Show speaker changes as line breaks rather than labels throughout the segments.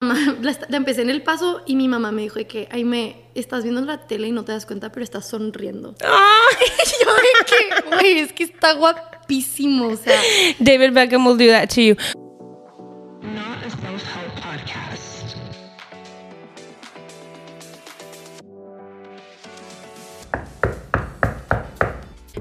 la, la empecé en el paso y mi mamá me dijo de que, Aime, estás viendo la tele y no te das cuenta, pero estás sonriendo.
Ah.
Y yo de que, güey, es que está guapísimo, o sea.
David Beckham will do that to you.
Not a self help podcast.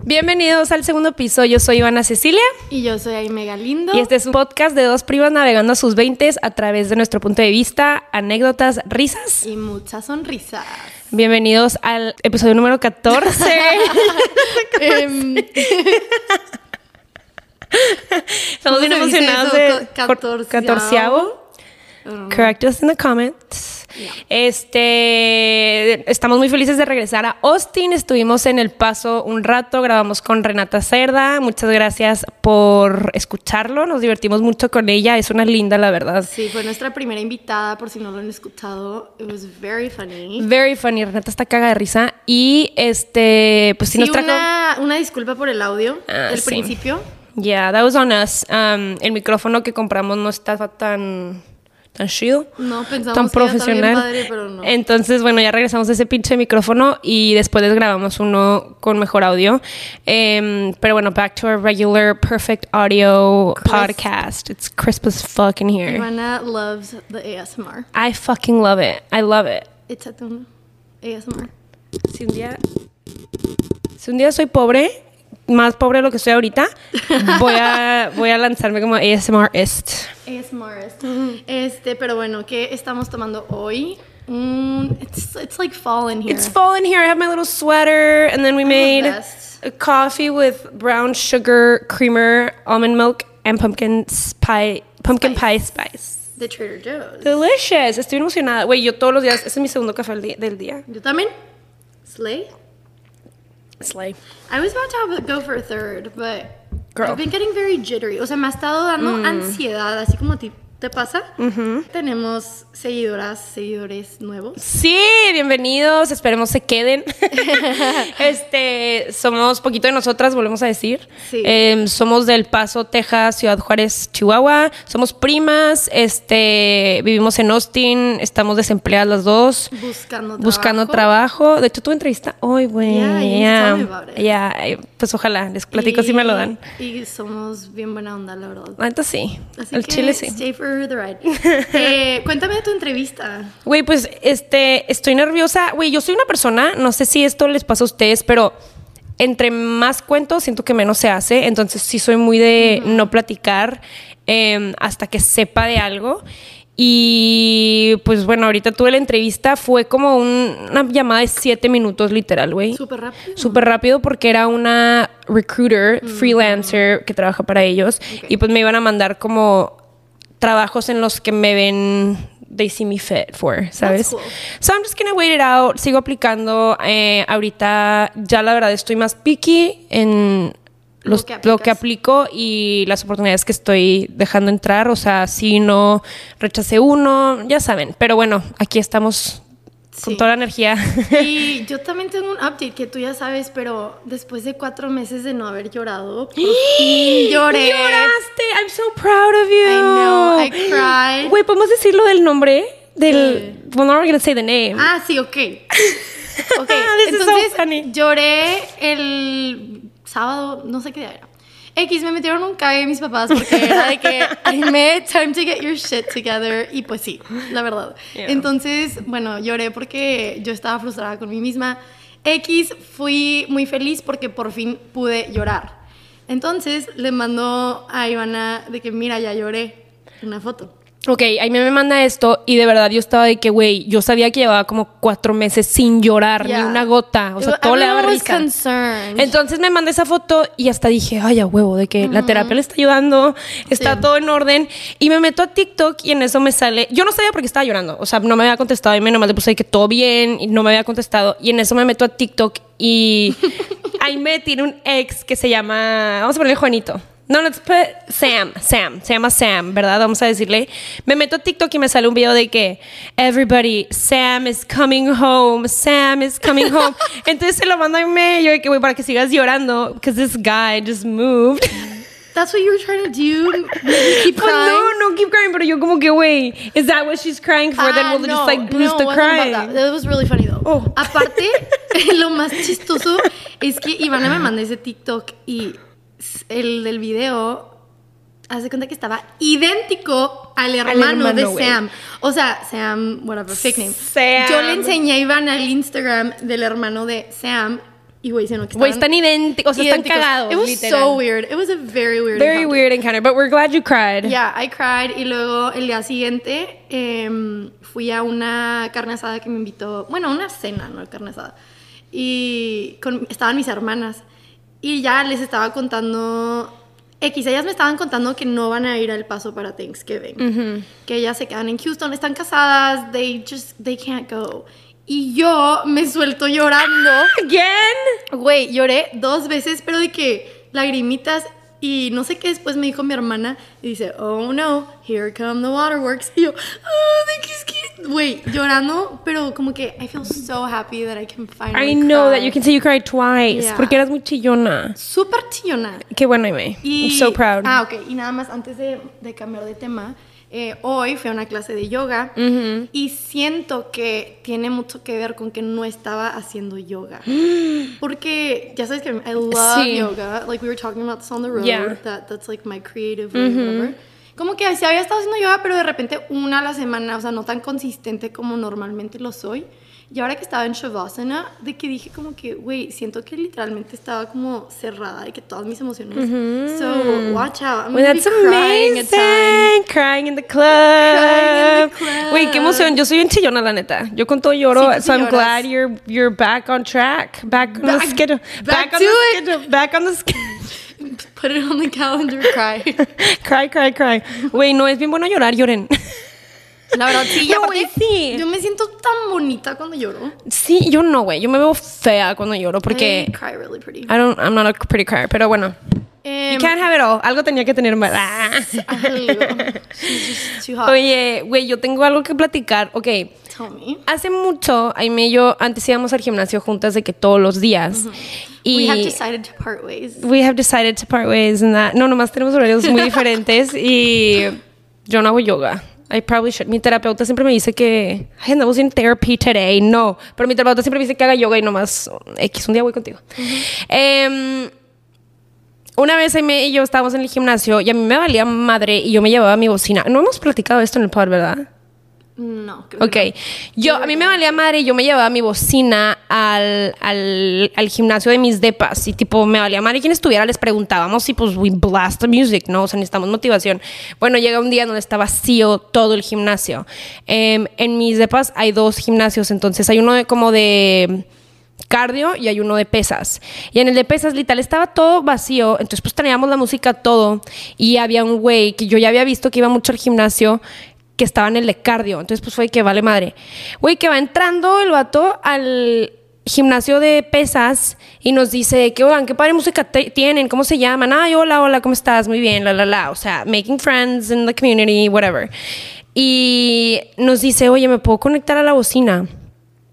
Bienvenidos al segundo piso. Yo soy Ivana Cecilia
Y yo soy Aime Galindo.
y este es un podcast de dos privas navegando a sus 20 a través de nuestro punto de vista, anécdotas, risas.
Y muchas sonrisas.
Bienvenidos al episodio número 14.
Em,
Estamos bien
¿Cómo se dice
emocionados
eso?
de
Ca-
cor-
catorceavo. Mm.
catorceavo. Correct us in the comments. Este, estamos muy felices de regresar a Austin. Estuvimos en El Paso un rato, grabamos con Renata Cerda. Muchas gracias por escucharlo. Nos divertimos mucho con ella. Es una linda, la verdad.
sí, fue nuestra primera invitada, por si no lo han escuchado. It was very funny.
Very funny. Renata está caga de risa. Y este, pues sí,
Sí,
nos trajo.
una, una disculpa por el audio,
Ah,
el
sí.
principio.
Yeah, that was on us. Um, el micrófono que compramos no estaba tan tan chido,
No, pensamos
tan
que iba a estar bien
profesional.
padre, pero no.
Entonces, bueno, ya regresamos a ese pinche micrófono y después les grabamos uno con mejor audio. Em, pero bueno, back to our regular perfect audio podcast. It's crisp as fuck in here.
Ivana loves the ASMR.
I fucking love it. I love it.
Échate un ASMR.
Si un día si un día soy pobre, más pobre de lo que soy ahorita, voy a voy a lanzarme como ASMRist.
ASMRist. Este, pero bueno, ¿qué estamos tomando hoy? Mm, it's, it's like fall in here.
It's fall in here. I have my little sweater, and then we made
best.
a coffee with brown sugar, creamer, almond milk, and pumpkin s- pie, pumpkin pie spice.
de Trader Joe's.
Delicious. Estoy emocionada. Güey, yo todos los días. Ese es mi segundo café del di- del día.
Yo también. Slay.
Slay.
I was about to have a- go for a third, but
Girl. Mm.
I've been getting very jittery. O sea, me ha estado dando ansiedad, así como a ti te pasa. Tenemos seguidoras, seguidores nuevos.
Sí, bienvenidos. Esperemos se queden. este, somos poquito de nosotras, volvemos a decir.
Sí.
Em, somos del Paso, Texas, Ciudad Juárez, Chihuahua. Somos primas. Este, vivimos en Austin. Estamos desempleadas las dos.
Buscando trabajo.
buscando trabajo. De hecho, tuve entrevista hoy, güey.
Yeah, you
Yeah.
told me about it.
Yeah, eh, Pues ojalá, les platico si me lo dan.
Y somos bien buena onda, la verdad.
La neta sí.
Así
el
que
chile sí.
Stay for the ride. Eh, cuéntame de tu entrevista.
Güey, pues este, estoy nerviosa. Güey, yo soy una persona, no sé si esto les pasa a ustedes, pero entre más cuento, siento que menos se hace. Entonces sí soy muy de no platicar em, hasta que sepa de algo. Y pues bueno, ahorita tuve la entrevista, fue como un- una llamada de siete minutos literal, güey.
Súper rápido.
súper rápido porque era una recruiter, freelancer que trabaja para ellos
Mm. Ok.
y pues me iban a mandar como trabajos en los que me ven they see me fit for, ¿sabes?
cool.
So I'm just gonna wait it out, sigo aplicando eh, ahorita ya la verdad estoy más picky en los,
Lo que
lo que
aplicas.
aplico y las oportunidades que estoy dejando entrar, o sea, si no rechacé uno, ya saben, pero bueno, aquí estamos con
Sí.
toda la energía.
Y yo también tengo un update que tú ya sabes, pero después de cuatro meses de no haber llorado, por fin lloré.
¡Ah! Lloraste. I'm so proud of you.
I know, I cried.
Güey, ¿podemos decir lo del nombre? Del. Well, no, we're gonna say the name.
Ah, sí, ok. Ok,
Ah, This is so
entonces
funny.
lloré el sábado, no sé qué día era. X, me metieron un cague mis papás porque era de que I met time to get your shit together. Y pues sí, la verdad.
Yeah.
Entonces, bueno, lloré porque yo estaba frustrada con mí misma. X, fui muy feliz porque por fin pude llorar. Entonces, le mando a Ivana de que, mira, ya lloré. Una foto.
Ok, ahí me manda esto y de verdad yo estaba de que, güey, yo sabía que llevaba como cuatro meses sin llorar
Yeah.
ni una gota. O sea,
Everyone
todo le daba
was
risa.
concerned.
Entonces me manda esa foto y hasta dije, ay, a huevo, de que la terapia le está ayudando, está
Sí.
todo en orden. Y me meto a TikTok y en eso me sale, yo no sabía por qué estaba llorando, o sea, no me había contestado y me nomás le puse de que todo bien y no me había contestado. Y en eso me meto a TikTok y Aime tiene un ex que se llama, vamos a ponerle Juanito. No, let's put Sam, Sam, se llama Sam, ¿verdad? Vamos a decirle. Me meto a TikTok y me sale un video de que everybody, Sam is coming home, Sam is coming home. Entonces se lo mando a Aime, yo de que, güey, para que sigas llorando, because this guy just moved.
that's what you were trying to do. Maybe keep
Well,
crying.
no, no, keep crying, pero yo como que, wait, is that what she's crying for? then
Ah,
will it just like boost
no,
the
wasn't
crying.
about that. That was really funny though.
Oh.
Aparte, lo más chistoso es que Ivana me mandó ese TikTok y s- el del video hace cuenta que estaba idéntico al hermano, de
hermano, güey.
Sam. O sea, Sam, whatever, fake name.
Sam.
Yo le enseñé a Ivana el Instagram del hermano de Sam y güey, se no que
Güey,
estaban
están idénticos, o sea, están
idénticos.
cagados.
It was
literal.
so weird. It was a very weird
Very
encounter.
weird encounter, but we're glad you cried.
Yeah, I cried. Y luego el día siguiente em, fui a una carne asada que me invitó, bueno, a una cena, no carne asada. Y con- estaban mis hermanas. Y ya les estaba contando, X, ellas me estaban contando que no van a ir al paso para Thanksgiving. Que ellas se quedan en Houston, están casadas, they just, they can't go. Y yo me suelto llorando.
Again?
Güey, lloré dos veces, pero de que lagrimitas y no sé qué después me dijo mi hermana y dice, oh no, here come the waterworks. Y yo, ah, de que es que, güey, llorando, pero como que I feel so happy that I can finally
I know
cry.
that you can say you cried twice
Yeah.
porque eras muy chillona.
Súper chillona.
Qué bueno, Aime.
Y,
I'm so proud.
Ah, ok. Y nada más, antes de, de cambiar de tema, eh, hoy fui a una clase de yoga y siento que tiene mucho que ver con que no estaba haciendo yoga. Porque ya sabes que I love
Sí.
yoga. Like we were talking about this on the road.
Yeah. Mm-hmm.
That, that's like my creative way, whatever. Como que sí había estado haciendo yoga, pero de repente una a la semana, o sea, no tan consistente como normalmente lo soy. Y ahora que estaba en Shavasana, de que dije como que, güey, siento que literalmente estaba como cerrada y que todas mis emociones. So, watch out. I'm
Mm-hmm.
gonna
Well, that's
be crying at times.
amazing. Crying in the club.
club.
Wait, qué emoción. Yo soy bien chillona, la neta. Yo con todo lloro.
Sí, tú sí
so I'm
lloras.
glad you're, you're back on track. Back on the
Back-
schedule.
back to
on the
it.
schedule. Back on the schedule.
Put it on the calendar, cry.
cry, cry, cry. Wait, no, es bien bueno llorar, lloren.
La verdad, sí. y
No,
aparte,
güey, sí.
Yo me siento tan bonita cuando lloro.
sí, yo no, güey. Yo me veo fea cuando lloro porque...
I cry really pretty.
I don't, I'm not a pretty crier, pero bueno. You
Em,
can't have it all. Algo tenía que tener mal. Ah.
algo. She's just too hot.
Oye, güey, yo tengo algo que platicar. Ok,
Tell me.
hace mucho, Aime y yo, antes íbamos al gimnasio juntas de que todos los días. Y
We have decided to part ways.
we have decided to part ways and that. No, nomás tenemos horarios muy diferentes y yo no hago yoga. I probably should. Mi terapeuta siempre me dice que ay, andamos en therapy today. No, pero mi terapeuta siempre me dice que haga yoga y nomás X, un día voy contigo. Em, una vez Aime y yo estábamos en el gimnasio y a mí me valía madre y yo me llevaba mi bocina. No hemos platicado esto en el pod, ¿verdad?
No, creo
Ok,
que
yo, a mí me valía madre, yo me llevaba mi bocina al, al, al gimnasio de mis depas y tipo, me valía madre quien estuviera, les preguntábamos y pues we blast the music, ¿no? O sea, necesitamos motivación. Bueno, llega un día donde está vacío todo el gimnasio. Em, en mis depas hay dos gimnasios, entonces hay uno de como de cardio y hay uno de pesas. Y en el de pesas, literal, estaba todo vacío, entonces pues teníamos la música todo y había un güey que yo ya había visto que iba mucho al gimnasio que estaba en el de cardio, entonces pues fue que vale madre. Güey, que va entrando el vato al gimnasio de pesas y nos dice que, oigan, qué padre música te- tienen, cómo se llaman, ay, hola, hola, ¿cómo estás? Muy bien, la, la, la, o sea, making friends in the community, whatever. Y nos dice, oye, ¿me puedo conectar a la bocina?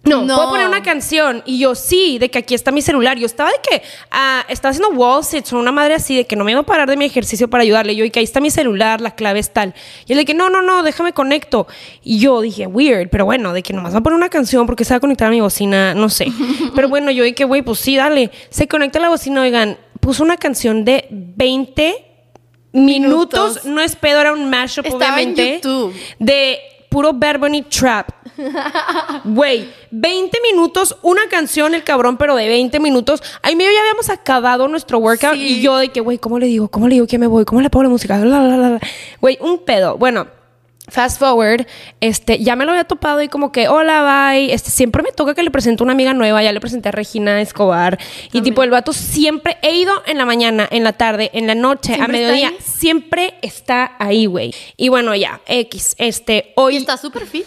No,
No.
puedo poner una canción. Y yo sí, de que aquí está mi celular. Yo estaba de que ah, estaba haciendo wall sits o una madre así, de que no me iba a parar de mi ejercicio para ayudarle. Y Yo, y que ahí está mi celular, la clave es tal. Y él de que no, no, no, déjame conecto. Y yo dije, weird, pero bueno, de que nomás va a poner una canción porque se va a conectar a mi bocina, no sé. pero bueno, yo, y que güey, pues sí, dale. Se conecta a la bocina, oigan, puso una canción de 20 minutos.
Minutos.
No es pedo, era un mashup,
Estaba en
obviamente.
YouTube.
De puro Bad Bunny Trap. Güey, 20 minutos, una canción, el cabrón, pero de 20 minutos. Ahí medio ya habíamos acabado nuestro workout
Sí.
y yo de que, güey, ¿cómo le digo? ¿Cómo le digo que me voy? ¿Cómo le pongo la música? La, la, la, la. Güey, un pedo. Bueno. Fast forward, este, ya me lo había topado y como que, hola, bye. Este, siempre me toca que le presento una amiga nueva, ya le presenté a Regina Escobar. Y tipo, el vato siempre he ido en la mañana, en la tarde, en la noche, a
¿Siempre está
mediodía.
ahí?
Siempre está ahí, güey. Y bueno, ya, X. Este,
Y
hoy
está súper fit.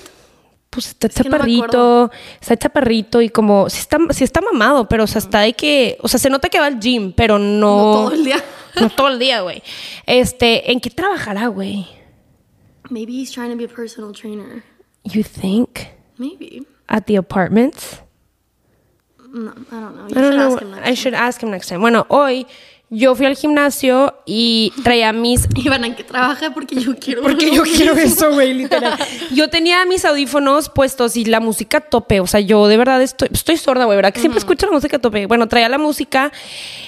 pues está
que no me
chaparrito, está chaparrito y como, sí está, sí está mamado, pero o sea, está de que, o sea, se nota que va al gym, pero
No
no...
todo el día.
No todo el día, güey. Este, ¿en qué trabajará, güey?
Maybe he's trying to be a personal trainer.
You think?
Maybe.
At the apartments?
No, I don't know. You
I
should
don't know.
ask him next.
I should ask him next time. Bueno, hoy yo fui al gimnasio y traía mis
Ivana, ¿en qué trabajé? Porque yo quiero
porque
lo
yo
mismo.
quiero eso, güey, literal. Yo tenía mis audífonos puestos y la música a tope. O sea, yo de verdad estoy, estoy sorda, güey, ¿verdad? Que siempre escucho la música a tope. Bueno, traía la música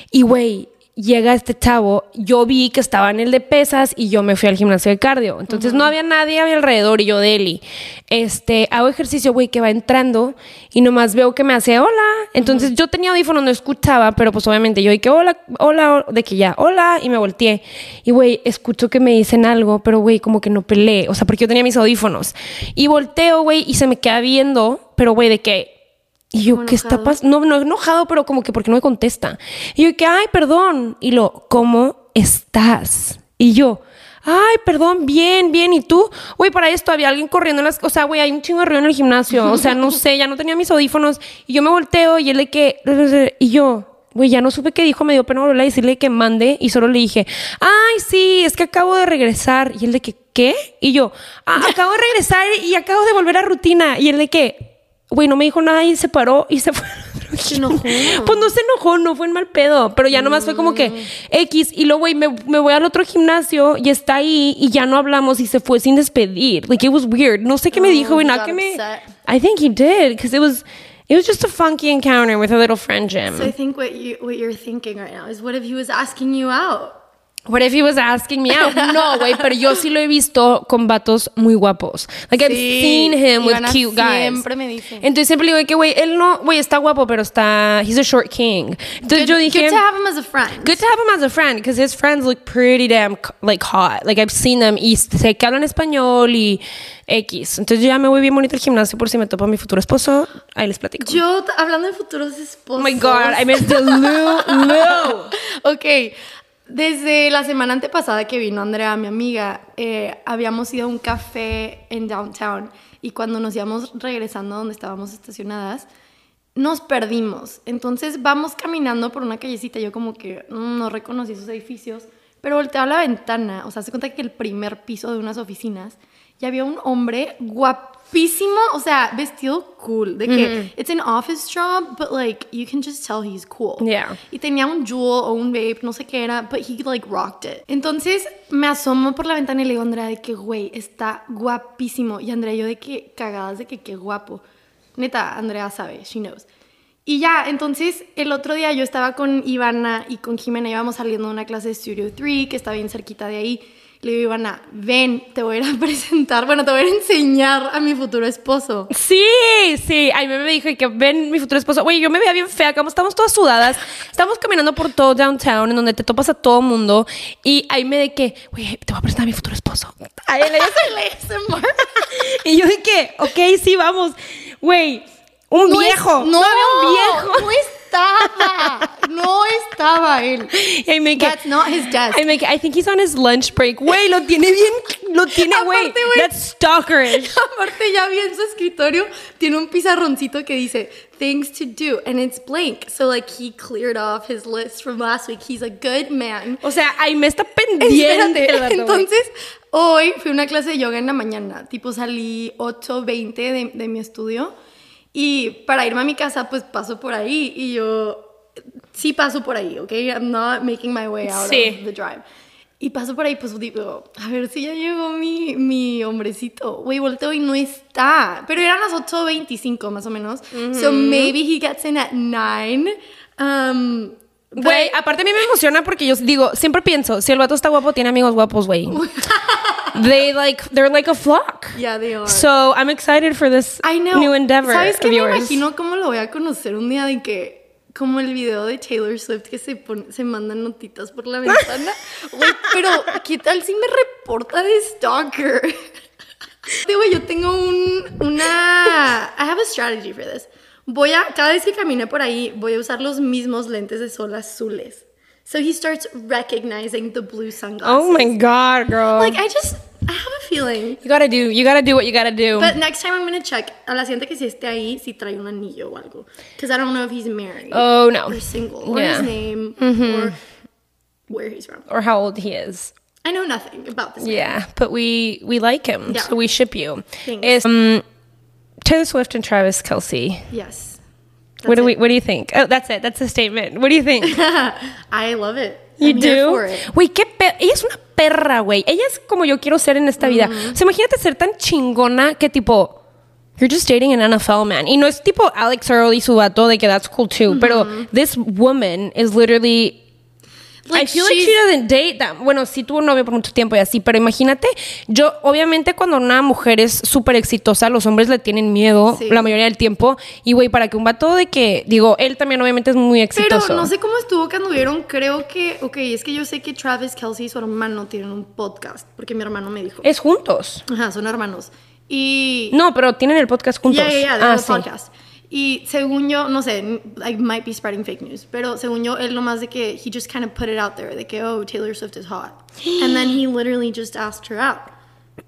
y, güey, llega este chavo. Yo vi que estaba en el de pesas y yo me fui al gimnasio de cardio. Entonces no había nadie a mi alrededor y yo de Eli. Este, hago ejercicio, güey, que va entrando y nomás veo que me hace hola. Entonces yo tenía audífonos, no escuchaba, pero pues obviamente yo dije hola, hola, de que ya, hola, y me volteé. Y güey, escucho que me dicen algo, pero güey, como que no peleé. O sea, porque yo tenía mis audífonos. Y volteo, güey, y se me queda viendo, pero güey, de que. Y yo,
Como
¿qué está
enojado.
pasando? No, no enojado, pero como que porque no me contesta. Y yo, que, ay, perdón. Y lo, ¿cómo estás? Y yo, ay, perdón, bien, bien. ¿Y tú? Güey, para esto había alguien corriendo en las. O sea, güey, hay un chingo de ruido en el gimnasio. O sea, no sé, ya no tenía mis audífonos. Y yo me volteo y él de que. Y yo, güey, ya no supe qué dijo. Me dio pena volver a decirle que mande. Y solo le dije, ay, sí, es que acabo de regresar. Y él de que, ¿qué? Y yo, ah, acabo de regresar y acabo de volver a rutina. Y él de que. Güey, no me dijo nada y se paró y se fue. al otro
Se enojó. Mm.
gimnasio. Pues no se enojó, no fue en mal pedo, pero ya nomás fue como que X y luego, güey, me, me voy al otro gimnasio y está ahí y ya no hablamos y se fue sin despedir. Like, it was weird. No sé qué me
Oh,
dijo, güey,
you
nada
got
que me...
upset.
I think he did, because it was, it was just a funky encounter with a little friend gym.
So I think what you what you're thinking right now is what if he was asking you out?
What if he was asking me out? No, güey, pero yo sí lo he visto con vatos muy guapos. Like, I've
Sí,
seen him with
Ivana
cute guys.
siempre me dice.
Entonces siempre le digo que, güey, él no, güey, está guapo, pero está, he's a short king. Entonces yo dije...
Good to have him as a friend.
Good to have him as a friend because his friends look pretty damn c- like hot. Like I've seen them y sé que hablan español y X. Entonces yo ya me voy bien bonito al gimnasio por si me topo a mi futuro esposo. Ahí les platico.
Yo, t- hablando de futuros
oh
esposos.
my god, I missed the Lou Lou.
ok. Desde la semana antepasada que vino Andrea, mi amiga, eh, habíamos ido a un café en downtown y cuando nos íbamos regresando a donde estábamos estacionadas, nos perdimos. Entonces vamos caminando por una callecita, yo como que mm, no reconocí esos edificios, pero volteaba la ventana, o sea, se cuenta que el primer piso de unas oficinas y había un hombre guapísimo, o sea, vestido cool, de que it's an office job, but like you can just tell he's cool.
Yeah.
Y tenía un jewel o un vape, no sé qué era, but he like rocked it. Entonces me asomo por la ventana y le digo a Andrea de que, güey, está guapísimo. Y Andrea y yo de que cagadas de que qué guapo. Neta, Andrea sabe, she knows. Y ya, entonces el otro día yo estaba con Ivana y con Jimena, íbamos saliendo de una clase de Studio 3 que está bien cerquita de ahí. Le digo, Ivana, ven, te voy a ir a presentar, bueno, te voy a ir a enseñar a mi futuro esposo.
Sí, sí. Ay, me dijo que ven mi futuro esposo. Oye, yo me veía bien fea, como estamos todas sudadas. Estamos caminando por todo downtown, en donde te topas a todo mundo. Y ahí me de que, güey, te voy a presentar a mi futuro esposo. Ay, le
ASMR.
Y yo de que, ok, sí, vamos. Güey, un
No es-
viejo.
no,
todavía un viejo.
No estaba. No estaba él.
Y ahí me de que,
That's not his desk.
ahí me de que, I think he's on his lunch break. Güey, lo tiene bien, lo tiene, güey.
Aparte, güey.
That's stalkerish.
Aparte, ya vi en su escritorio, tiene un pizarroncito que dice things to do, and it's blank. So, like, he cleared off his list from last week. He's a good man.
O sea, ahí me está pendiente. el
Espérate,
vato, güey.
entonces hoy fui a una clase de yoga en la mañana, tipo salí 8.20 de, de mi estudio y para irme a mi casa pues paso por ahí y yo sí paso por ahí, ¿ok? I'm not making my way out
Sí.
of the drive. Y paso por ahí pues digo, a ver si ya llegó mi, mi hombrecito. Güey, volteo y no está. Pero eran las 8.25 más o menos. So maybe he gets in at 9. Um, but-
Güey, aparte a mí me emociona porque yo digo, siempre pienso, si el vato está guapo, tiene amigos guapos, güey. They like, they're like a flock.
Yeah, they are.
So I'm excited for this
I know.
new endeavor.
¿Sabes qué?
of
Me
yours.
imagino cómo lo voy a conocer un día de que. Como el video de Taylor Swift que se, pone- se mandan notitas por la ventana. Güey, pero, ¿qué tal si me reporta de stalker? Sí, Güey, yo tengo un, una... I have a strategy for this. Voy a... Cada vez que camine por ahí, voy a usar los mismos lentes de sol azules. So he starts recognizing the blue sunglasses.
Oh my god, girl.
Like, I just... I have a feeling.
you gotta do, you gotta do what you gotta do.
But next time I'm gonna check a la siguiente que si esté ahí si trae un anillo o algo, because I don't know if he's married
oh no.
or single or
Yeah.
his
Mm-hmm.
name or where he's from.
Or how old he is.
I know nothing about this.
Yeah, but we we like him,
Yeah.
so we ship you.
Thanks.
Is um, Taylor Swift and Travis Kelsey.
Yes,
what do
That's
we? What do you think? Oh, that's it. That's the statement. What do you think?
I love it.
You
I'm here
do.
for it.
Güey, qué pe- Ella es una perra, güey. Ella es como yo quiero ser en esta vida. O sea, imagínate ser tan chingona que tipo. You're just dating an NFL man. Y no es tipo Alex Earl y su vato de que that's cool too. Pero this woman is literally. I
Like,
feel like she
she's-
doesn't date that. Bueno, sí tuvo un novio por mucho tiempo y así, pero imagínate, yo, obviamente, cuando una mujer es súper exitosa, los hombres le tienen miedo
Sí.
la mayoría del tiempo. Y güey, para que un vato de que, digo, él también obviamente es muy exitoso.
Pero no sé cómo estuvo que anduvieron. Creo que, ok, es que yo sé que Travis Kelsey y su hermano tienen un podcast, porque mi hermano me dijo.
Es juntos.
Ajá, son hermanos. Y.
No, pero tienen el podcast juntos.
Ya, ya, ya, de
Ah,
los
sí.
podcasts. Y según yo, no sé, n- I might be spreading fake news, pero según yo, él nomás de que he just kind of put it out there, de que, oh, Taylor Swift is hot. And then he literally just asked her out.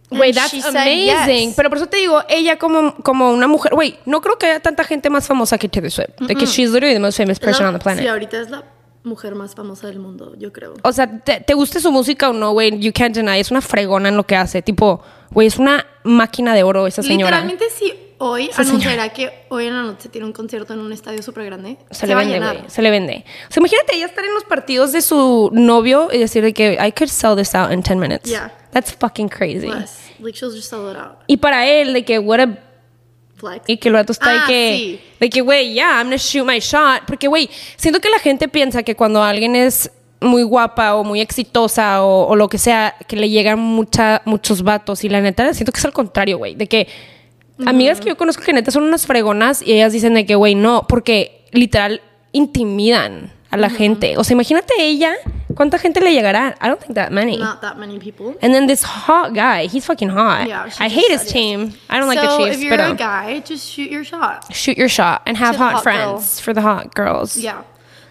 And
Güey, that's
she said
amazing.
yes.
Pero por eso te digo, ella como, como una mujer, güey, no creo que haya tanta gente más famosa que Taylor Swift. De que she's literally the most famous person
La-
on the planet. Oh,
Sí, ahorita es la mujer más famosa del mundo, yo creo.
O sea, te, te guste su música o no, güey, you can't deny, es una fregona en lo que hace. Tipo, güey, es una máquina de oro esa señora.
Literalmente, si hoy
Esa
anunciará que hoy en la noche tiene un concierto en un estadio súper grande,
Se,
se,
le
va a
vende,
llenar.
güey. Se le vende. O sea, imagínate ella estar en los partidos de su novio y decirle que I could sell this out in 10 minutes.
Yeah.
That's fucking crazy.
Plus, Pues, like, she'll just sell it out.
Y para él, de que, what a
Flex.
Y que el vato está ahí
Ah,
que,
sí.
de que, güey, yeah, I'm gonna shoot my shot. Porque, güey, siento que la gente piensa que cuando alguien es muy guapa o muy exitosa o, o lo que sea, que le llegan mucha, muchos vatos. Y la neta, siento que es al contrario, güey. De que amigas que yo conozco que neta son unas fregonas y ellas dicen de que, güey, no, porque literal intimidan a la gente. O sea, imagínate ella, ¿cuánta gente le llegará? I don't think that many.
Not that many people.
And then this hot guy, he's fucking hot.
Yeah, she
I
just
hate
said
his
yes.
team. I don't like the
so
Chiefs.
if you're
pero-
a guy, just shoot your shot.
shoot your shot and have
To the
hot,
hot
friends for the hot girls.
Yeah.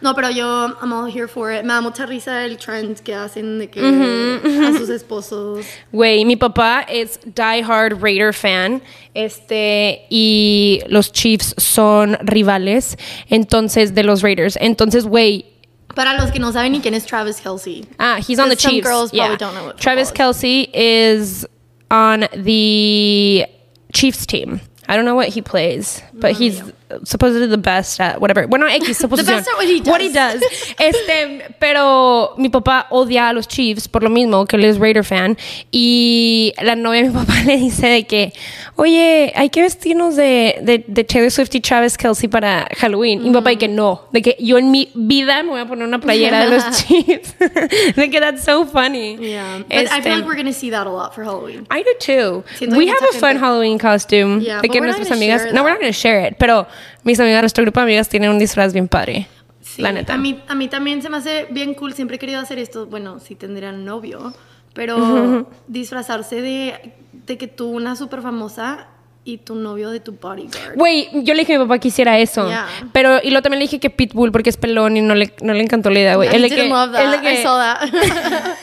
No, pero yo, I'm all here for it. Me da mucha risa el trend que hacen de que a sus esposos.
Güey, mi papá es diehard Raider fan. Este, y los Chiefs son rivales, entonces, de los Raiders. Entonces, güey,
Para los que no saben ni quién es Travis Kelsey.
ah, he's on the
'Cause some
Chiefs.
girls
yeah.
probably don't know what
Travis
football
Kelsey is on the Chiefs team. I don't know what he plays, but he's supposedly the best at whatever. Bueno, X,
The best at what he
What he
does.
does. Este, pero mi papá odia a los Chiefs por lo mismo que él es Raider fan. Y la novia de mi papá le dice de que, oye, hay que vestirnos de, de, de Taylor Swift y Travis Kelsey para Halloween. Y mi papá de que no, de que yo en mi vida me voy a poner una playera de los Chiefs. de que that's so funny.
Yeah. But I
Este,
feel like we're going to see that a lot for Halloween.
I do too.
Siento
we
que
have
mucha
a fun
gente-
Halloween costume.
Yeah,
de
but
que
we're not
nuestras
gonna
amigas.
share
No, we're
that.
not going to share it. Pero mis amigas, nuestro grupo de amigas tienen un disfraz bien padre.
Sí,
la neta.
A mí, a mí también se me hace bien cool. Siempre he querido hacer esto. Bueno, sí tendrían novio. Pero disfrazarse de, de que tú, una súper famosa, y tu novio de tu bodyguard.
Güey, yo le dije a mi papá que hiciera eso.
Yeah.
Pero, y luego también le dije que Pitbull, porque es pelón y no le, no le encantó la idea, güey.
I
Él de
didn't
que-
love
él de
that.
que-
I saw that.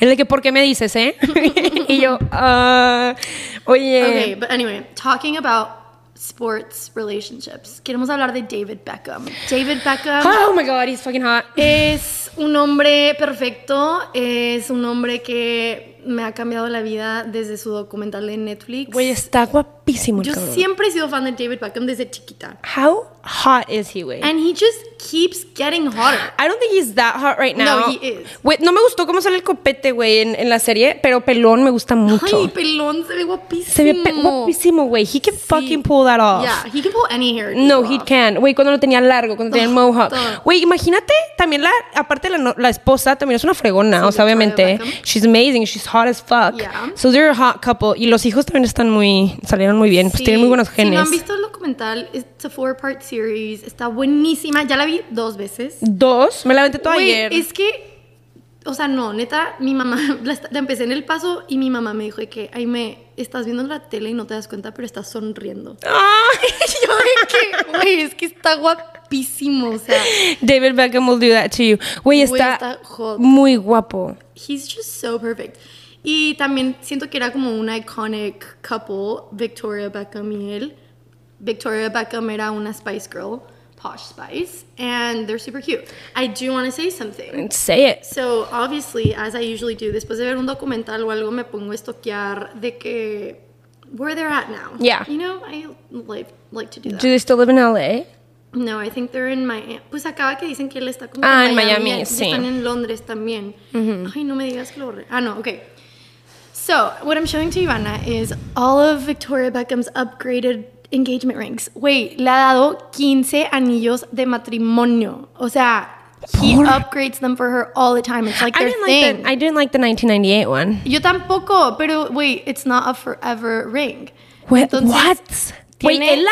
él de que, ¿por qué me dices, eh? y yo, ah, oye.
Okay, but anyway, talking about sports relationships, queremos hablar de David Beckham. David Beckham
Oh my god, he's fucking hot.
es un hombre perfecto, es un hombre que me ha cambiado la vida desde su documental de Netflix.
Güey, está guapísimo el
Yo
cabrón.
siempre he sido fan de David Beckham desde chiquita.
How hot is he, güey?
And he just keeps getting hotter.
I don't think he's that hot right now.
he is.
Güey, no me gustó cómo sale el copete, güey, en, en la serie, pero pelón me gusta mucho.
Ay, pelón, se ve guapísimo.
Se ve pe- guapísimo, güey. He can fucking pull that off.
Yeah, he can pull any hair.
No, he can. Güey, cuando lo tenía largo, cuando tenía el
Todo,
mohawk.
todo.
Güey, imagínate, también la, aparte la, no- la esposa también es una fregona,
Sí,
o
Victoria
sea, obviamente.
Beckham.
She's amazing, she's hot as fuck.
Yeah.
So they're a hot couple. Y los hijos también están muy, salieron muy bien, pues
Sí,
tienen muy buenos
Si no
genes.
han visto el documental, it's a four part series, está buenísima, ya la vi dos veces.
Dos, me la aventé toda
Güey,
ayer.
Es que, o sea, no, neta, mi mamá, la, est- la empecé en el paso y mi mamá me dijo de que, ay, me estás viendo la tele y no te das cuenta, pero estás sonriendo.
Ay.
Yo de que, güey, es que está guapísimo, o sea,
David Beckham will do that to you. Güey,
Güey,
está,
está hot.
muy guapo.
he's just so perfect. Y también siento que era como una iconic couple, Victoria Beckham y él. Victoria Beckham era una Spice Girl, Posh Spice, and they're super cute. I do want to say something.
Say it.
So, obviously, as I usually do, después de ver un documental o algo, me pongo a estoquear de que where they're at now.
Yeah.
You know, I like, like to do that.
Do they still live in LA?
No, I think they're in Miami. Pues acaba que dicen que él está como
Ah,
que
en Miami,
y
sí.
Están en Londres también. Ay, no me digas que lo borré. Ah, no, ok. So, what I'm showing to Ivana is all of Victoria Beckham's upgraded engagement rings. Wait, le ha dado 15 anillos de matrimonio. O sea, he
Por-
upgrades them for her all the time. It's like
I
their
didn't,
thing.
like the, I didn't like the 1998 one.
Yo tampoco, pero wait, it's not a forever ring.
Wait,
Entonces,
what? Güey,
tiene-
él la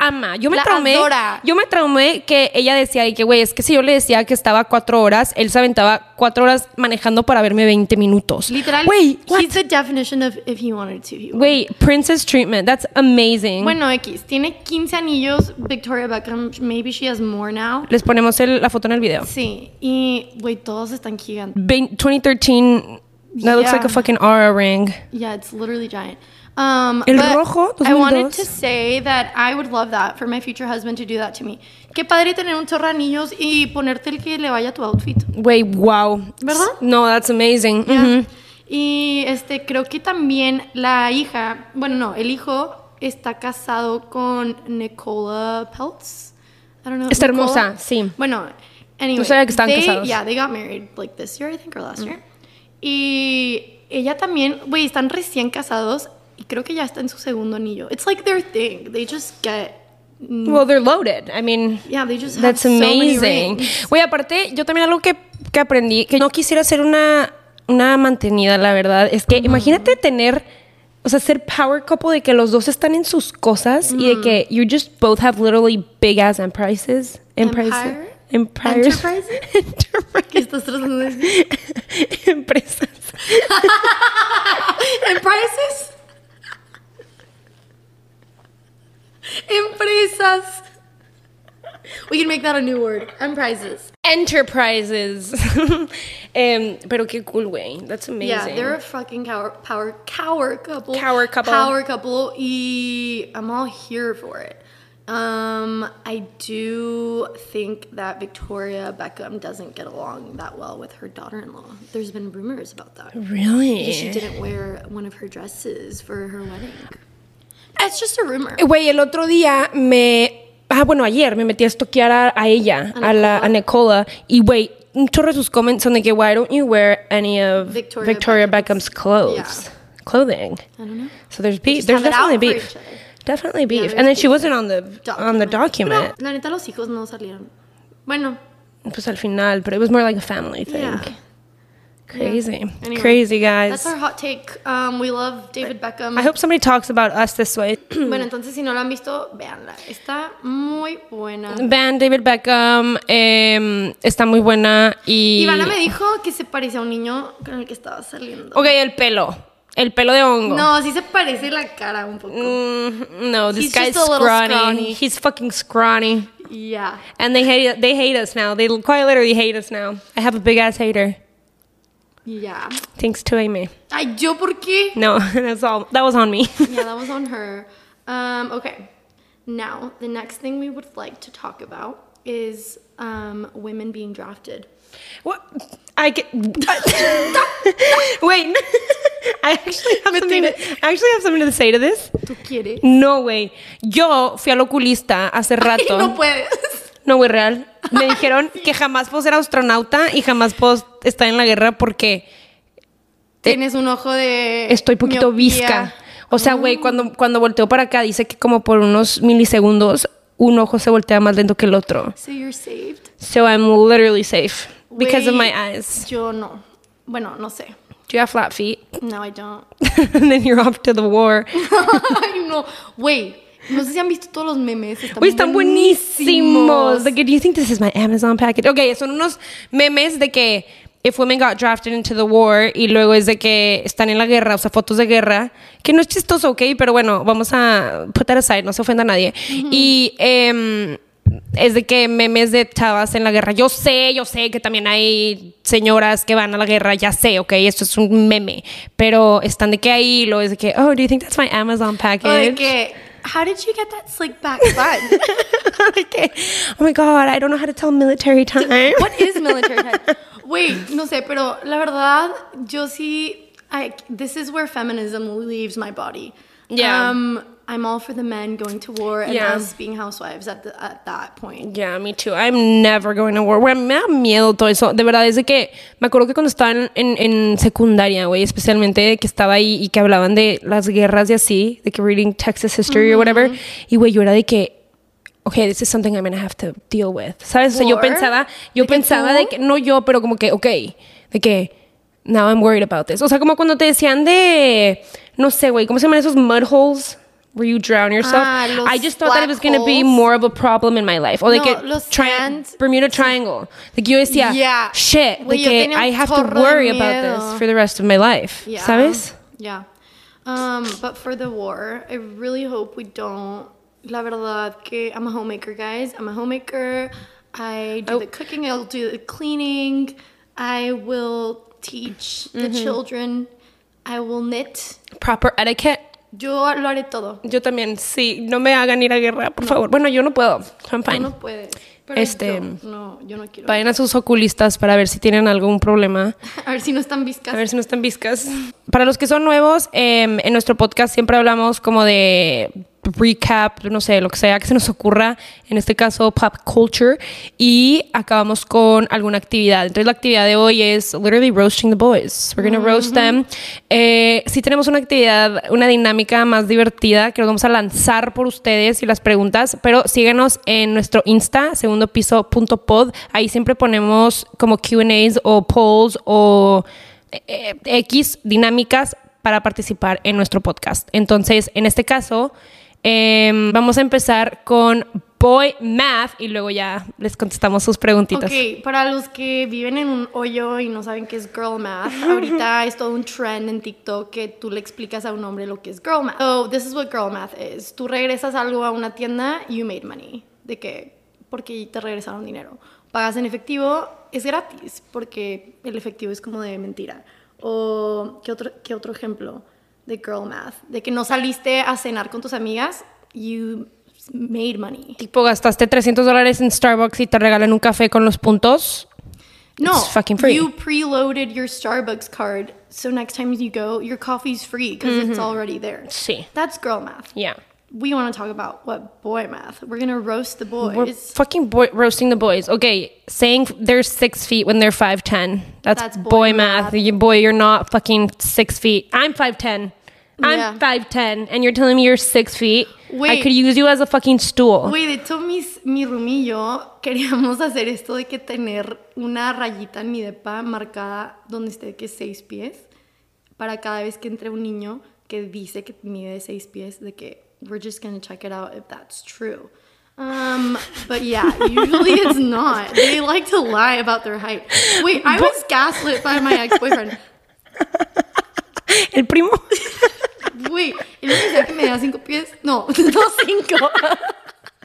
ama. Yo me
La
traumé.
adora.
Yo me traumé que ella decía de que, güey, es que si yo le decía que estaba cuatro horas, él se aventaba cuatro horas manejando para verme 20 minutos.
Literal,
Güey, what?
he's the definition of if he wanted to. He would.
Güey, princess treatment. That's amazing.
Bueno, X, tiene 15 anillos Victoria Beckham, maybe she has more now.
Les ponemos el- la foto en el video.
Sí, y güey, todos están gigantes.
Vein- 2013. That looks
Yeah.
like a fucking aura ring.
Yeah, it's literally giant. Um,
El
but
rojo,
I wanted
2002.
to say that I would love that for my future husband to do that to me. Qué padre tener un chorro de anillos y ponerte el que le vaya a tu outfit.
Güey, wow.
¿Verdad?
No, that's amazing. Mm-hmm. Ujú.
Y este, creo que también la hija, bueno, no, el hijo está casado con Nicola Peltz. I don't know.
Está
Nicola.
hermosa, sí.
Bueno, anyway.
No sabía que estaban
they-
casados. Mm.
Yeah, they got married like this year, I think, or last year. Y ella también, güey, están recién casados y creo que ya está en su segundo anillo. It's like their thing. They just get.
Well, they're loaded. I mean,
Yeah, they just have
That's
so many
amazing.
rings.
Güey, aparte, yo también algo que, que aprendí, que no quisiera ser una, una mantenida, la verdad, es que imagínate tener, o sea, ser power couple de que los dos están en sus cosas y de que you just both have literally big ass enterprises. Empresas.
Empire?
Empires.
Enterprises? ¿Qué
Enterprise-
estás tratando de decir?
Empresas.
Empresas. Empresas. We can make that a new word. Empresas.
Enterprises. Em, pero qué cool, güey. That's amazing.
Yeah, they're a fucking cower, power cower couple.
Cower couple.
Power couple. i I'm all here for it. Um, I do think that Victoria Beckham doesn't get along that well with her daughter-in-law. There's been rumors about that.
Really?
Because she didn't wear one of her dresses for her wedding. It's just a rumor.
Eh, Güey, el otro día me. Ah, bueno, ayer me metí a estoquear a, a ella,
¿A
a, la, a Nicola, y güey, un chorro de sus comments son de que, why don't you wear any of
Victoria
Victoria,
Beckham's-
Beckham's, clothes? Clothing.
I don't know.
So there's beef.
Just
There's
have it out
definitely
for
beef.
each other.
Definitely beef.
there's
and then she
beef.
wasn't on the on the document.
Pero, la neta, los hijos no salieron. Bueno,
Pues al final, but it was more like a family thing.
yeah.
Crazy.
Anyway,
Crazy
That's
guys.
our hot take. Um, we love David Beckham.
I hope somebody talks about us this way.
Bueno, entonces si no lo han visto, véanla. Está muy buena.
Van David Beckham em, está muy buena y
Ivana me dijo que se parece a un niño con el que estaba saliendo.
Ok, el pelo. El pelo de hongo.
No, sí se parece la cara un poco.
Mm, no, this
He's
guy's
just a little
scrawny.
scrawny.
He's fucking scrawny.
Yeah.
And they hate they hate us now. They quite literally hate us now. I have a big ass hater.
Yeah.
Thanks to Amy.
Ay, ¿yo por qué?
No, that's all. That was on me.
yeah, that was on her. Um, okay. Now, the next thing we would like to talk about is um, women being drafted.
what? I get. Wait. I actually have something. To, I actually have something to say to this.
¿Tú quieres?
No way. Yo fui al oculista hace
Ay,
rato.
no puedes.
No, güey, real. Me dijeron que jamás puedo ser astronauta y jamás puedo estar en la guerra porque
Tienes un ojo de.
estoy poquito
miopía. Ah.
visca. O sea, güey, cuando, cuando volteo para acá dice que como por unos milisegundos un ojo se voltea más lento que el otro.
So you're saved.
So I'm literally safe because of my
Güey,
eyes.
Yo no. Bueno, no sé.
Do you have flat feet?
No, I don't.
And then you're off to the war.
Ay, no. Güey, no sé si han visto todos los memes. Están
Güey, están buenísimos. Like, do you think this is my Amazon package? Okay, son unos memes de que if women got drafted into the war y luego es de que están en la guerra, o sea, fotos de guerra, que no es chistoso, ok, pero bueno, vamos a put that aside, no se ofenda a nadie. Y em, es de que memes de chavas en la guerra. Yo sé, yo sé que también hay señoras que van a la guerra, ya sé, ok, esto es un meme, pero están de que ahí, luego es de que, oh, do you think that's my Amazon
O de
package?
que, How did you get that slick back bun?
Okay. Oh my god, I don't know how to tell military time.
What is military time? Wait, no sé, pero la verdad, yo sí. I, this is where feminism leaves my body.
Yeah.
Um, I'm all for the men going to war and
Yeah.
us being housewives at, the, at that point.
Yeah, me too. I'm never going to war. Güey, me da miedo todo eso. De verdad, es de que me acuerdo que cuando estaba en, en- en secundaria, güey, especialmente de que estaba ahí y que hablaban de las guerras y así, de que reading Texas history or whatever. Y güey, yo era de que, okay, this is something I'm gonna have to deal with. ¿Sabes? O sea, yo
War?
pensaba, yo
¿De que
pensaba
tú?
de que, no yo, pero como que, okay, de que, now I'm worried about this. O sea, como cuando te decían de, no sé, güey, ¿cómo se llaman esos mud holes? Where you drown yourself.
Ah, los
I just thought that it
black
was going to be
holes.
E more more of a problem in my life. O de
No,
que
los
tri-
sand-
Bermuda Triangle. De que yo decía,
Yeah.
shit, de
Güey, yo
que
tenía un
I have
chorro
to
de
worry about
miedo.
this for the rest of my life.
Yeah.
¿Sabes?
Yeah. Um, but for the war, I really hope we don't. La verdad que I'm a homemaker, guys. I'm a homemaker. I do the cooking, I'll do the cleaning, I will teach the children, I will knit.
Proper etiquette.
Yo lo haré todo.
Yo también, sí. No me hagan ir a guerra, por favor. Bueno, yo no puedo. I'm
Tú
fine.
no puedes. Pero
Este-
yo no, yo no quiero.
Vayan a sus oculistas para ver si tienen algún problema.
A ver si no están viscas.
A ver si no están viscas. Para los que son nuevos, eh, en nuestro podcast siempre hablamos como de recap, no sé, lo que sea que se nos ocurra, en este caso pop culture, y acabamos con alguna actividad. Entonces la actividad de hoy es literally roasting the boys. We're gonna roast them. Eh, sí tenemos una actividad, una dinámica más divertida que nos vamos a lanzar por ustedes y las preguntas, pero síguenos en nuestro Insta, segundo piso.pod. Ahí siempre ponemos como Q&As o polls o eh, X dinámicas para participar en nuestro podcast. Entonces, en este caso, em, vamos a empezar con Boy Math y luego ya les contestamos sus preguntitas.
Ok, para los que viven en un hoyo y no saben qué es girl math, ahorita es todo un trend en TikTok que tú le explicas a un hombre lo que es girl math. So, this is what girl math is. Tú regresas algo a una tienda, you made money. De que, porque te regresaron dinero. Pagas en efectivo, es gratis, porque el efectivo es como de mentira. O, ¿qué otro, qué otro ejemplo de girl math? De que no saliste a cenar con tus amigas, you made money.
Tipo, gastaste 300 dólares en Starbucks y te regalan un café con los puntos.
No,
It's fucking free.
You preloaded your Starbucks card, so next time you go, your coffee's free because
Mm-hmm.
it's already there.
Sí.
That's girl math.
Yeah.
We want to talk about what boy math. We're gonna roast the boys.
We're fucking boy- roasting the boys. Okay, saying they're six feet when they're 5'10. That's,
That's
boy,
boy
math.
math.
You, boy, you're not fucking six feet. I'm 5'10. I'm
Yeah.
5'10, and you're telling me you're six feet. I
Wait.
could use you as a fucking stool.
Güey, de hecho, mis, mi room y yo queríamos hacer esto de que tener una rayita en mi depa marcada donde esté que seis pies para cada vez que entre un niño que dice que mide seis pies, de que we're just gonna check it out if that's true. Um, but yeah, usually it's not. They like to lie about their height. Wait, I was gaslit by my ex-boyfriend.
El primo.
Güey, él me decía que me da cinco pies. No, no cinco.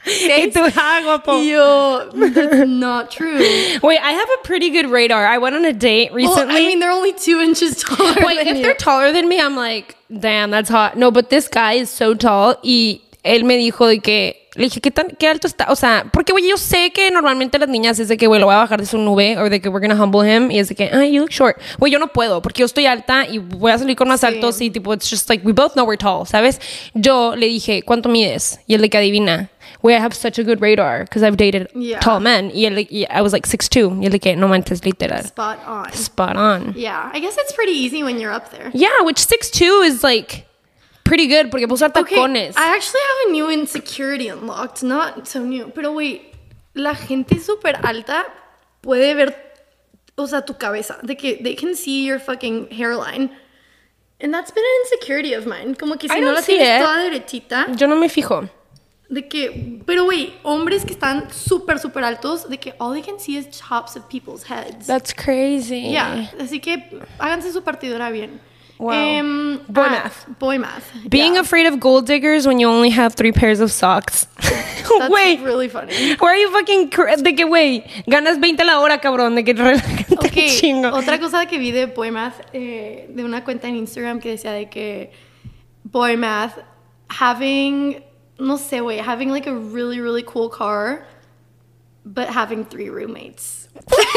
¿Y tú? Ah, guapo.
Y yo, that's not true.
Wait, I have a pretty good radar. I went on a date recently.
Well, I mean, they're only two inches taller.
Wait,
than
if
you.
they're taller than me, I'm like, damn, that's hot. No, but this guy is so tall. Y él me dijo de que, le dije, ¿qué, tan, qué alto está? O sea, porque, güey, yo sé que normalmente las niñas es de que, güey, lo voy a bajar de su nube o de que we're gonna humble him. Y es de que, ah, you look short. Güey, yo no puedo porque yo estoy alta y voy a salir con más
Sí.
altos y tipo, it's just like, we both know we're tall, ¿sabes? Yo le dije, ¿cuánto mides? Y él de que adivina. Güey, I have such a good radar because I've dated
Yeah.
tall men. Y él, de- y I was like 6'2". Y él de que, no manches, literal.
spot on.
Spot on.
Yeah, I guess it's pretty easy when you're up there.
Yeah, which 6'2 is like pretty good porque puedo usar tacones.
I actually have a new insecurity unlocked. Not so new. Pero wait, la gente súper alta puede ver, o sea, tu cabeza. De que they can see your fucking hairline. And that's been an insecurity of mine. Como que
I
si no
don't
la
see
tienes
it.
toda derechita.
Yo no me fijo.
De que, pero wait, hombres que están súper, súper altos, de que all they can see is tops of people's heads.
That's crazy.
Yeah, así que háganse su partidura bien.
Wow.
Em,
Boy
ah,
math.
Boy math.
Being
yeah.
afraid of gold diggers when you only have three pairs of socks.
That's
Wait.
really funny.
Where are you fucking cra- de que güey, ganas 20 la hora, cabrón, de que relájate un
Ok,
chingo.
otra cosa que vi de Boy Math, eh, de una cuenta en Instagram que decía de que Boy Math, having, no sé, güey, having like a really, really cool car, but having three roommates. That's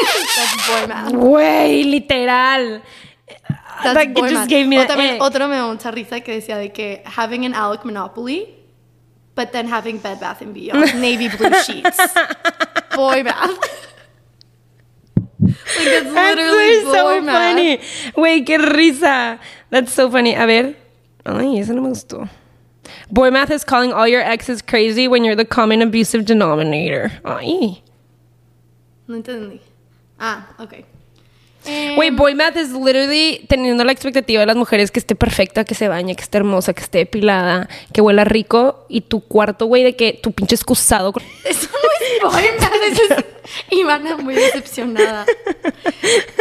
Boy Math.
Güey, literal.
That's
Ah, Like, it
boy
just
math.
gave me eh.
o
the
también
ick.
otro me da mucha risa que decía de que having an Alec monopoly but then having Bed Bath and Beyond navy blue sheets, boy bath. like that's literally
That's
boy
so
math.
funny. Güey, qué risa. That's so funny. A ver. Ay, eso no me gustó. Boy math is calling all your exes crazy when you're the common abusive denominator. Ay.
No entendí. Ah, ok.
Güey, boy math es literally teniendo la expectativa de las mujeres que esté perfecta, que se bañe, que esté hermosa, que esté depilada, que huela rico y tu cuarto, güey, de que tu pinche excusado. con-
Eso no es bohemia, eso es Ivana muy decepcionada.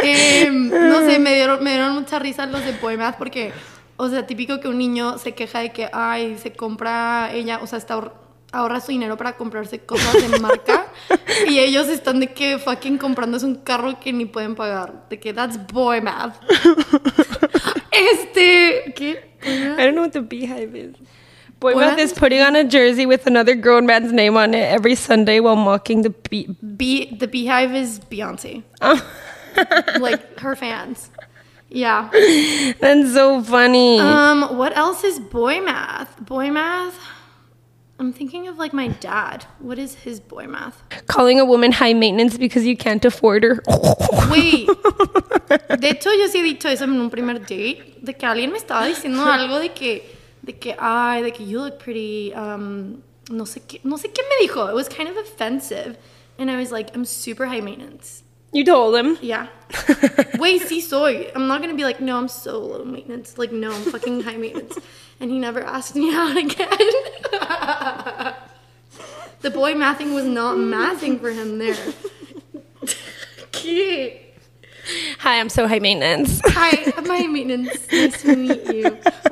Em, no sé, me dieron, me dieron mucha risa los de poemas porque, o sea, típico que un niño se queja de que, ay, se compra ella, o sea, está ahor- ahorra su dinero para comprarse cosas de marca y ellos están de que fucking comprándose un carro que ni pueden pagar, de que that's boy math. Este, ¿qué?
I don't know what the beehive is. Boy
What?
math is putting on a jersey with another grown man's name on it every Sunday while mocking the bee. Ah.
Be the Beehive is Beyonce. like her fans. Yeah.
That's so funny.
Um, what else is boy math? Boy math. I'm thinking of like my dad. What is his boy math?
Calling a woman high maintenance because you can't afford her.
Wait. De hecho, yo sí he dicho eso en un primer date, de que alguien me estaba diciendo algo de que, de que, ay, de que you look pretty, um, no sé qué, no sé qué me dijo. It was kind of offensive, and I was like, I'm super high maintenance.
You told him.
Yeah. Wait, see, soy. I'm not gonna be like, no, I'm so low maintenance. Like, no, I'm fucking high maintenance. And he never asked me out again. the boy mathing was not mathing for him there. Cute.
Hi, I'm so high maintenance.
Hi, I'm high maintenance. Nice to meet you.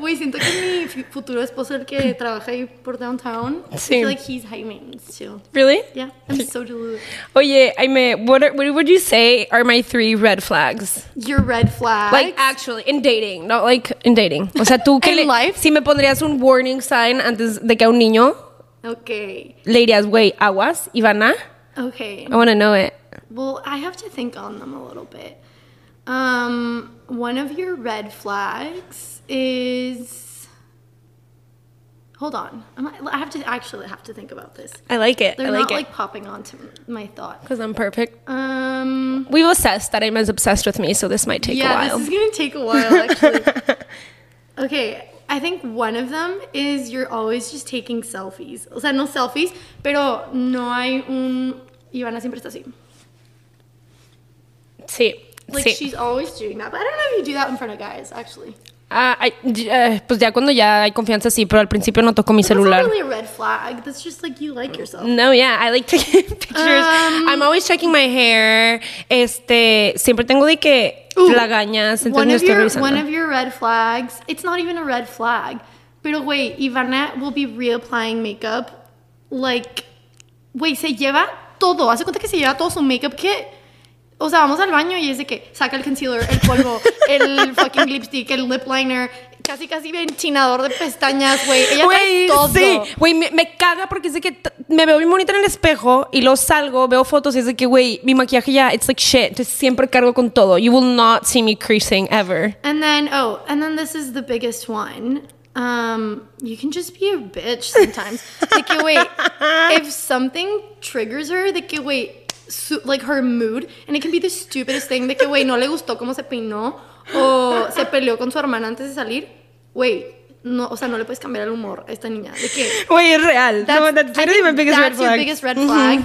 Wait, siento que mi fu- futuro esposo el que trabaja ahí por downtown. I
Sí.
feel like he's high maintenance too.
Really?
Yeah, I'm so deluded.
Oye, I mean, what, are, what would you say are my three red flags?
Your red flag.
Like, actually, in dating, not like in dating. O sea, tú que
In
le-
life?
si me pondrías un warning sign antes de que a un niño
okay,
le dirías, güey, aguas, Ivana.
okay.
I want to know it.
Well, I have to think on them a little bit. Um, one of your red flags is. Hold on, I'm, I have to actually have to think about this.
I like it.
They're
I like
not
it.
like popping onto m- my thought.
Because I'm perfect.
Um,
We've assessed that I'm as obsessed with me, so this might take
yeah,
a while.
this is gonna take a while actually. okay, I think one of them is you're always just taking selfies. O sea, no selfies, pero no hay un. Ivana siempre está así.
sí.
Like
sí.
she's always doing that, but I don't know if you do that in front of guys actually.
Ah, ay, y- eh, pues ya cuando ya hay confianza sí, pero al principio no toco mi
That's not
celular. Mm,
really a red flag. That's just like you like yourself.
No, yeah, I like taking pictures.
Um,
I'm always checking my hair. Este, siempre tengo de que
Ooh,
lagañas, entonces
One
no
of
estoy
your
revisando.
one of your red flags. It's not even a red flag. Pero wait, Ivana will be reapplying makeup. Like, wait, se lleva todo. Hace cuenta que se lleva todo su makeup kit. O sea, vamos al baño y es de que saca el concealer, el polvo, el fucking lipstick, el lip liner, casi casi ventinador de pestañas, güey. Ella trae
Güey,
todo.
sí, güey, me, me caga porque es de que t- me veo bien bonita en el espejo y luego salgo, veo fotos y es de que, güey, mi maquillaje ya, it's like shit. Entonces siempre cargo con todo. You will not see me creasing ever.
And then, oh, and then this is the biggest one. Um, you can just be a bitch sometimes. like, you wait, if something triggers her, like, you wait, su- like her mood, and it can be the stupidest thing. Like, you wait, no le gustó cómo se peinó, o se peleó con su hermana antes de salir. Wait, no, o sea, no le puedes cambiar el humor a esta niña. De que,
Güey, es real. no,
I
that's literally
think
my biggest
that's
red
your
flag. Mm-hmm.
biggest red flag.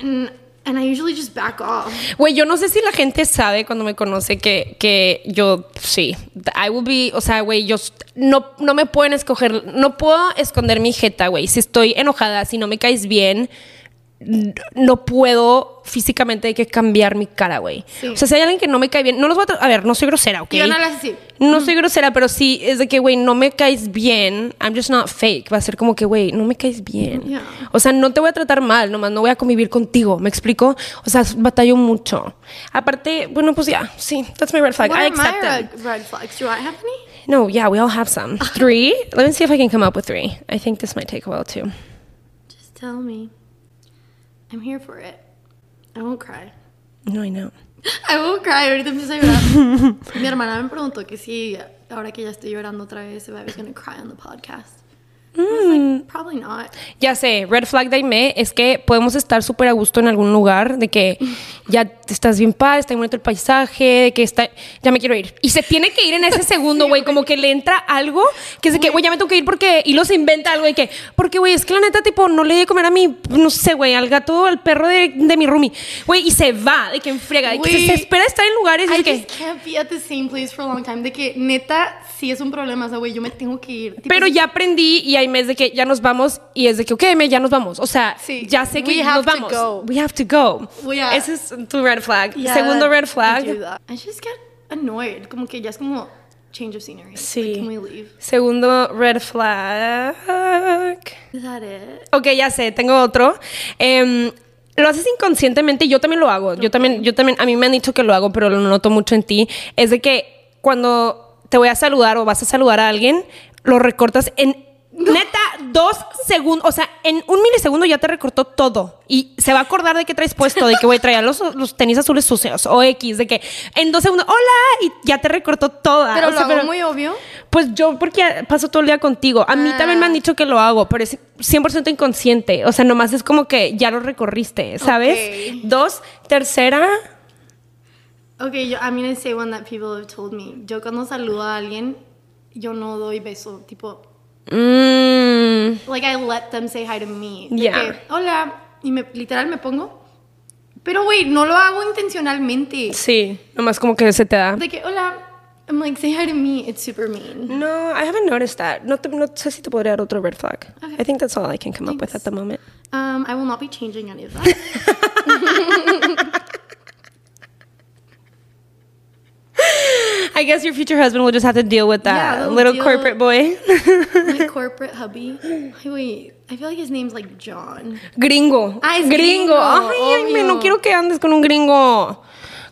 And, and I usually just back off.
Güey, yo no sé si la gente sabe cuando me conoce que, que yo, sí, I will be, o sea, güey, yo s- no, no me pueden escoger, no puedo esconder mi jeta, güey. Si estoy enojada, si no me caes bien, n- no puedo físicamente hay que cambiar mi cara, güey.
Sí.
O sea, si hay alguien que no me cae bien, no los voy a... tra- A ver, no soy grosera, ¿ok?
Yo no las así.
No soy grosera, pero sí es de que, güey, no me caes bien. I'm just not fake. Va a ser como que, güey, no me caes bien.
Yeah.
O sea, no te voy a tratar mal, nomás no voy a convivir contigo. ¿Me explico? O sea, batallo mucho. Aparte, bueno, pues ya, sí, that's my red flag.
What are
I accept
my red,
them.
red flags? Do I have any?
No, yeah, we all have some. Three. Let me see if I can come up with three. I think this might take a while too.
Just tell me. I'm here for it. I won't cry.
No, I know.
I won't cry. Ahorita empiezo a llorar. Mi hermana me preguntó que si ahora que ya estoy llorando otra vez, if I was gonna cry on the podcast.
Mm.
Probably not.
Ya sé, red flag de Aime es que podemos estar súper a gusto en algún lugar, de que ya estás bien padre, está bien bonito el paisaje, de que está, ya me quiero ir. Y se tiene que ir en ese segundo, güey, como que le entra algo, que es de que, güey, ya me tengo que ir porque, y los inventa algo, de que, porque, güey, es que la neta, tipo, no le di de comer a mi, no sé, güey, al gato, al perro de, de mi roomie, güey, y se va, de que enfrega, de que se,
Güey,
se espera estar en lugares, y
I
de que...
just can't be at the same place for a long time. De que neta, sí es un problema. O sea, güey, yo me tengo que ir. Tipo,
Pero
sí-
ya aprendí y hay meses de que ya nos vamos y es de que, ok, me, ya nos vamos. O sea,
Sí.
ya sé que
We
nos
have to
vamos.
go.
We have to go.
We are-
Ese es tu red flag.
Yeah,
Segundo red
I do
flag.
that. I just get annoyed. Como que ya es como change of scenery.
Sí.
Like, can we leave?
Segundo red flag.
Is that it?
Ok, ya sé, tengo otro. Em, lo haces inconscientemente, yo también lo hago. Yo también, yo también, a mí me han dicho que lo hago, pero lo noto mucho en ti. Es de que cuando te voy a saludar o vas a saludar a alguien, lo recortas en neta dos segundos. O sea, en un milisegundo ya te recortó todo. Y se va a acordar de qué traes puesto, de que voy a traer los, los tenis azules sucios o X, de que en dos segundos, hola, y ya te recortó toda.
Pero
Ah, O
lo
sea,
hago muy obvio.
pues yo, porque paso todo el día contigo. A mí
Ah.
también me han dicho que lo hago, pero es 100% inconsciente. O sea, nomás es como que ya lo recorriste, ¿sabes?
Ok.
Dos, tercera.
Okay, yo, I'm gonna say one that people have told me. Yo cuando saludo a alguien, yo no doy beso. Tipo,
mm,
like I let them say hi to me. De
Yeah.
que, Hola. Y me, literal me pongo. Pero güey, no lo hago intencionalmente.
sí, nomás como que se te da.
De que, hola. I'm like, say hi to me. It's super mean.
No, I haven't noticed that. No, te- no sé si te podría dar otro red flag.
Okay.
I think that's all I can come up with at the moment.
Um, I will not be changing any of that.
I guess your future husband will just have to deal with that
Yeah, they'll
little
deal-
corporate boy.
My corporate hubby. Ay, Wait, I feel like his name's like John.
Gringo.
Ah, es gringo,
gringo. Ay, ay, me- no
obvio.
quiero que andes con un gringo.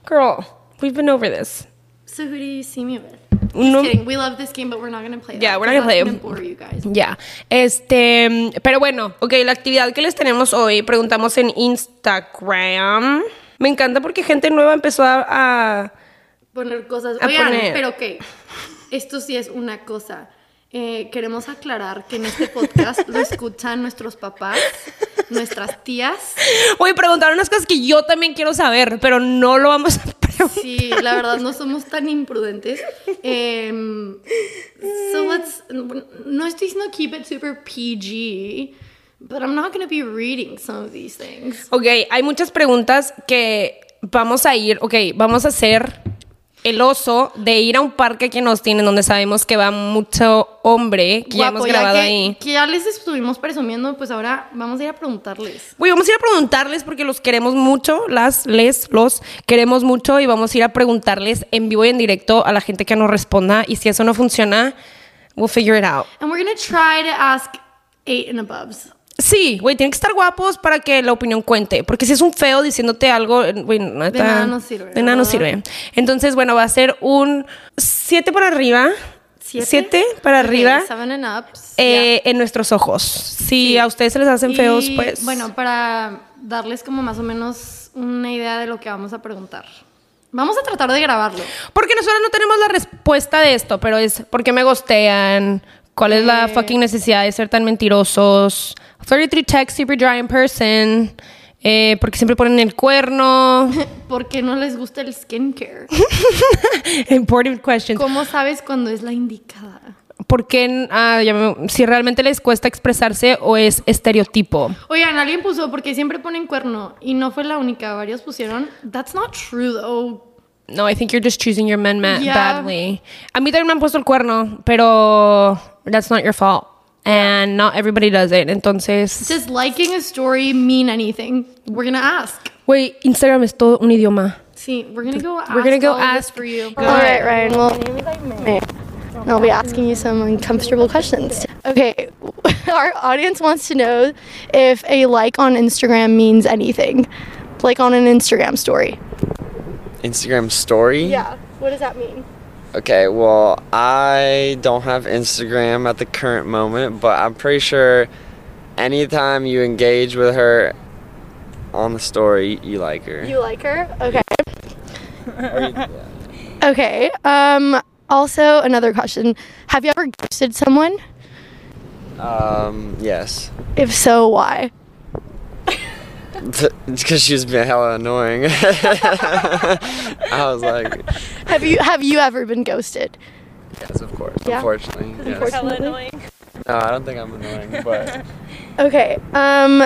Girl, we've been over this.
So who do you see me with?
No-
Just kidding. We love this game, but we're not gonna play.
Yeah,
that,
we're
'cause
not gonna
that's
play.
Gonna bore you guys.
Ya, este, mm, pero bueno, ok, la actividad que les tenemos hoy, preguntamos en Instagram. Me encanta porque gente nueva empezó a... a-
Poner cosas.
A
Oigan,
poner.
pero ok. Esto sí es una cosa. Eh, queremos aclarar que en este podcast lo escuchan nuestros papás, nuestras tías.
Oye, preguntaron unas cosas que yo también quiero saber, pero no lo vamos a preguntar.
Sí, la verdad no somos tan imprudentes. Em, so let's. No estoy diciendo keep it super PG, but I'm not gonna be reading some of these things.
Ok, hay muchas preguntas que vamos a ir, ok, vamos a hacer el oso de ir a un parque que nos tienen donde sabemos que va mucho hombre, que ya
Guapo,
hemos grabado
que,
ahí.
que ya les estuvimos presumiendo, pues ahora vamos a ir a preguntarles.
Güey, vamos a ir a preguntarles porque los queremos mucho, las, les, los queremos mucho y vamos a ir a preguntarles en vivo y en directo a la gente que nos responda y si eso no funciona, we'll figure it out.
And we're gonna try to ask eight and aboves.
Sí, güey, tienen que estar guapos para que la opinión cuente, porque si es un feo diciéndote algo, eh, güey, neta,
De nada nos sirve,
De nada nos
¿verdad?
sirve. Entonces, bueno, va a ser un 7 para arriba.
¿Siete?
7 para
Ok,
arriba.
Seven and pues, ups.
eh, En nuestros ojos. Si a ustedes se les hacen
Y,
feos, pues.
Bueno, para darles como más o menos una idea de lo que vamos a preguntar. Vamos a tratar de grabarlo.
Porque nosotros no tenemos la respuesta de esto, pero es ¿por qué me gostean? ¿Cuál es la
Eh.
fucking necesidad de ser tan mentirosos? 33 text, super dry in person. Eh, ¿Por qué siempre ponen el cuerno?
Porque no les gusta el skincare.
Important questions.
¿Cómo sabes cuándo es la indicada?
¿Por qué, ah, ya me- si realmente les cuesta expresarse o es estereotipo?
Oigan, alguien puso porque siempre ponen cuerno y no fue la única, varios pusieron. That's not true though.
No, I think you're just choosing your men ma-
Yeah.
badly. A mí también me han puesto el cuerno, pero that's not your fault. And not everybody does it. Entonces...
Does liking a story mean anything? We're gonna ask.
Güey, Instagram es todo un idioma.
See, we're gonna go ask.
We're gonna go
all of this
ask-
for you.
Go All right,
Ryan. Well, and I'll be asking you some uncomfortable questions. Okay, our audience wants to know if a like on Instagram means anything, like on an Instagram story.
Instagram story?
Yeah, what does that mean?
Okay, well, I don't have Instagram at the current moment, but I'm pretty sure anytime you engage with her on the story, you like her.
You like her? Okay.
Or you- yeah.
Okay. Um. Also, another question: Have you ever ghosted someone?
Um, yes.
If so, why?
Because she was being hella annoying. I was like,
Have you have you ever been ghosted?
yes, of course.
Yeah.
Unfortunately. Yes.
Hella annoying.
No, I don't think I'm annoying, but
Okay. Um,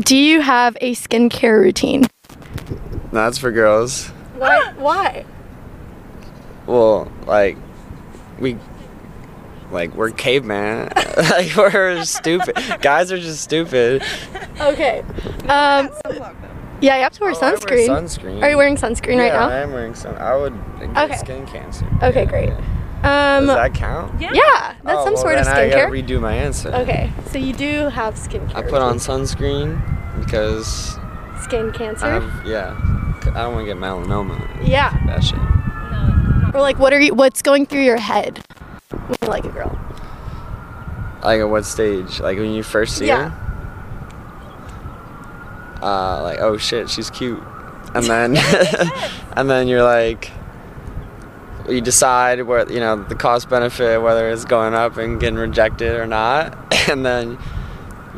do you have a skincare routine?
no, that's for girls.
Why? Why?
Well, like, we, like, we're caveman. like, we're stupid. Guys are just stupid.
Okay. Um, yeah, you have to wear
Oh, I wear
sunscreen.
sunscreen.
Are you wearing sunscreen
yeah,
right
I
now?
am wearing some. I would get
Okay.
skin cancer.
Okay,
Yeah,
great.
yeah.
Um,
Does that count?
Yeah.
yeah, that's
Oh,
some
well,
sort of
then I gotta
skincare.
redo my answer.
okay, so you do have skincare.
I put on sunscreen because
routine. skin cancer.
I have, yeah, I don't want to get melanoma.
yeah.
That shit.
Or like, what are you? What's going through your head when you like a girl?
Like at what stage? Like when you first see
Yeah.
her? Uh, like oh shit, she's cute, and then and then you're like, you decide where you know the cost benefit whether it's going up and getting rejected or not, and then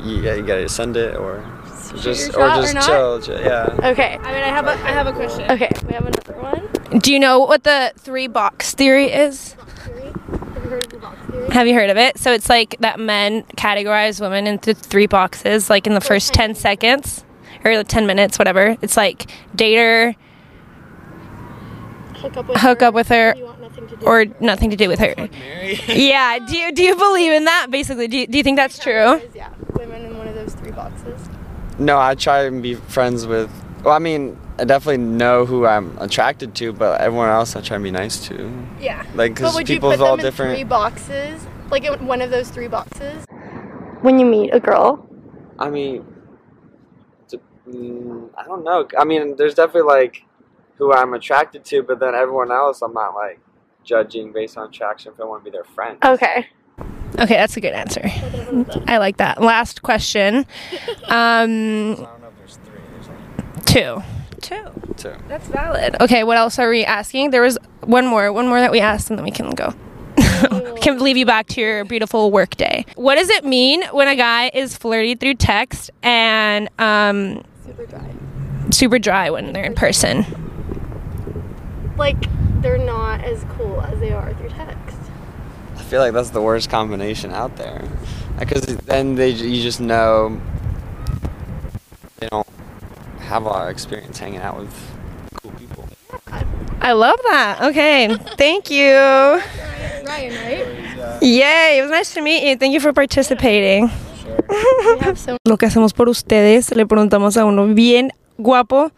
you, yeah, you gotta send it or just
your
or
shot or
just
not?
chill, chill, yeah.
Okay.
I mean, I have a, I have a question.
Okay, we have another one.
Do you know what the three box theory is? Have you heard of it? So it's like that men categorize women into three boxes, like in the first 10 seconds or the 10 minutes, whatever. It's like date her,
Hook up with
hook up with her,
You want nothing to do.
or nothing to do with her. Yeah. Do you, do you believe in that, basically? Do you, do you think that's true?
Yeah, women in one of those three boxes.
No, I try and be friends with. Well, I mean, I definitely know who I'm attracted to, but everyone else I try and be nice to.
Yeah.
Like,
But
because
would you
people
put
of all
them in three
different.
boxes? Like in one of those three boxes? When you meet a girl.
I mean, d- mm, I don't know. I mean, there's definitely like who I'm attracted to, but then everyone else I'm not like judging based on attraction if I want to be their friend.
Okay.
Okay, that's a good answer. I like that. Last question. Um,
I don't know if there's three. There's
two. Two.
like two.
That's valid. Okay, what else are we asking? There was one more, one more that we asked, and then we can go. we can leave you back to your beautiful work day. What does it mean when a guy is flirty through text and um,
Super dry.
super dry when they're in person?
Like they're not as cool as they are through text.
I feel like that's the worst combination out there, because then they j- you just know they don't have a lot of experience hanging out with cool people.
I love that. Okay, thank you.
Ryan, right?
Yay, it was nice to meet you. Thank you for participating.
We have so
Lo que hacemos por ustedes, le preguntamos a uno bien guapo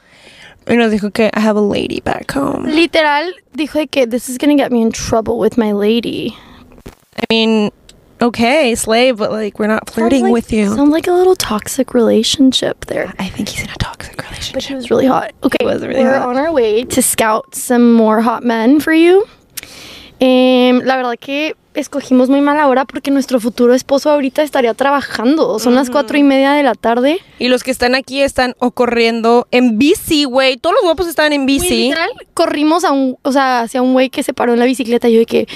y nos dijo que I have a lady back home.
Literal dijo de que this is gonna get me in trouble with my lady.
I mean, okay, slave, but like we're not flirting
Sounds like-
with you.
Sounds like a little toxic relationship there.
I think he's in a toxic relationship.
But she was really hot. Okay,
was really
we're
hot.
on our way to scout some more hot men for you. Em, la verdad que escogimos muy mala hora porque nuestro futuro esposo ahorita estaría trabajando. Son las cuatro y media de la tarde.
Y los que están aquí están o corriendo en bici, güey. Todos los guapos estaban en
Güey,
bici.
Literal, corrimos a un, o sea, hacia un güey que se paró en la bicicleta. Y yo de que,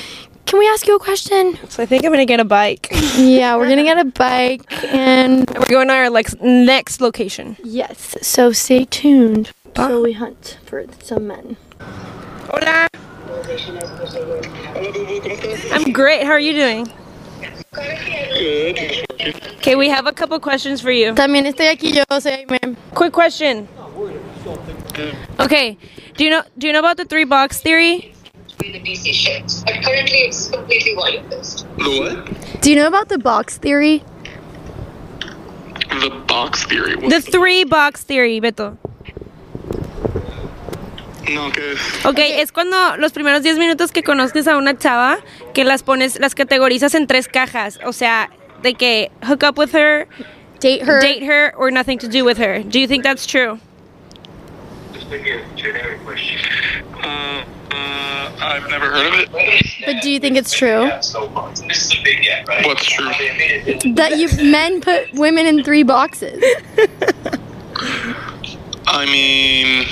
can we ask you a question?
So I think I'm gonna get a bike.
Yeah, we're gonna get a bike and
We're going to our like, next location.
yes, so stay tuned till we hunt for some men.
Hola. I'm great. How are you doing? Okay, we have a couple questions for you.
También estoy aquí yo, soy Aime.
Quick question. Okay, do you know do you know about the three box theory?
be the DC shifts. But currently, it's completely volume based.
Do you know about the box theory?
The box theory.
The three box theory, Beto.
No, que
Ok, es cuando los primeros 10 minutos que conozcas a una chava, que las pones, las categorizas en tres cajas. O sea, de que hook up with her,
Date her.
date her, or nothing to do with her. Do you think that's true?
Uh, uh, I've never heard of it.
But do you think it's true
What's true?
that you men put women in three boxes?
I mean,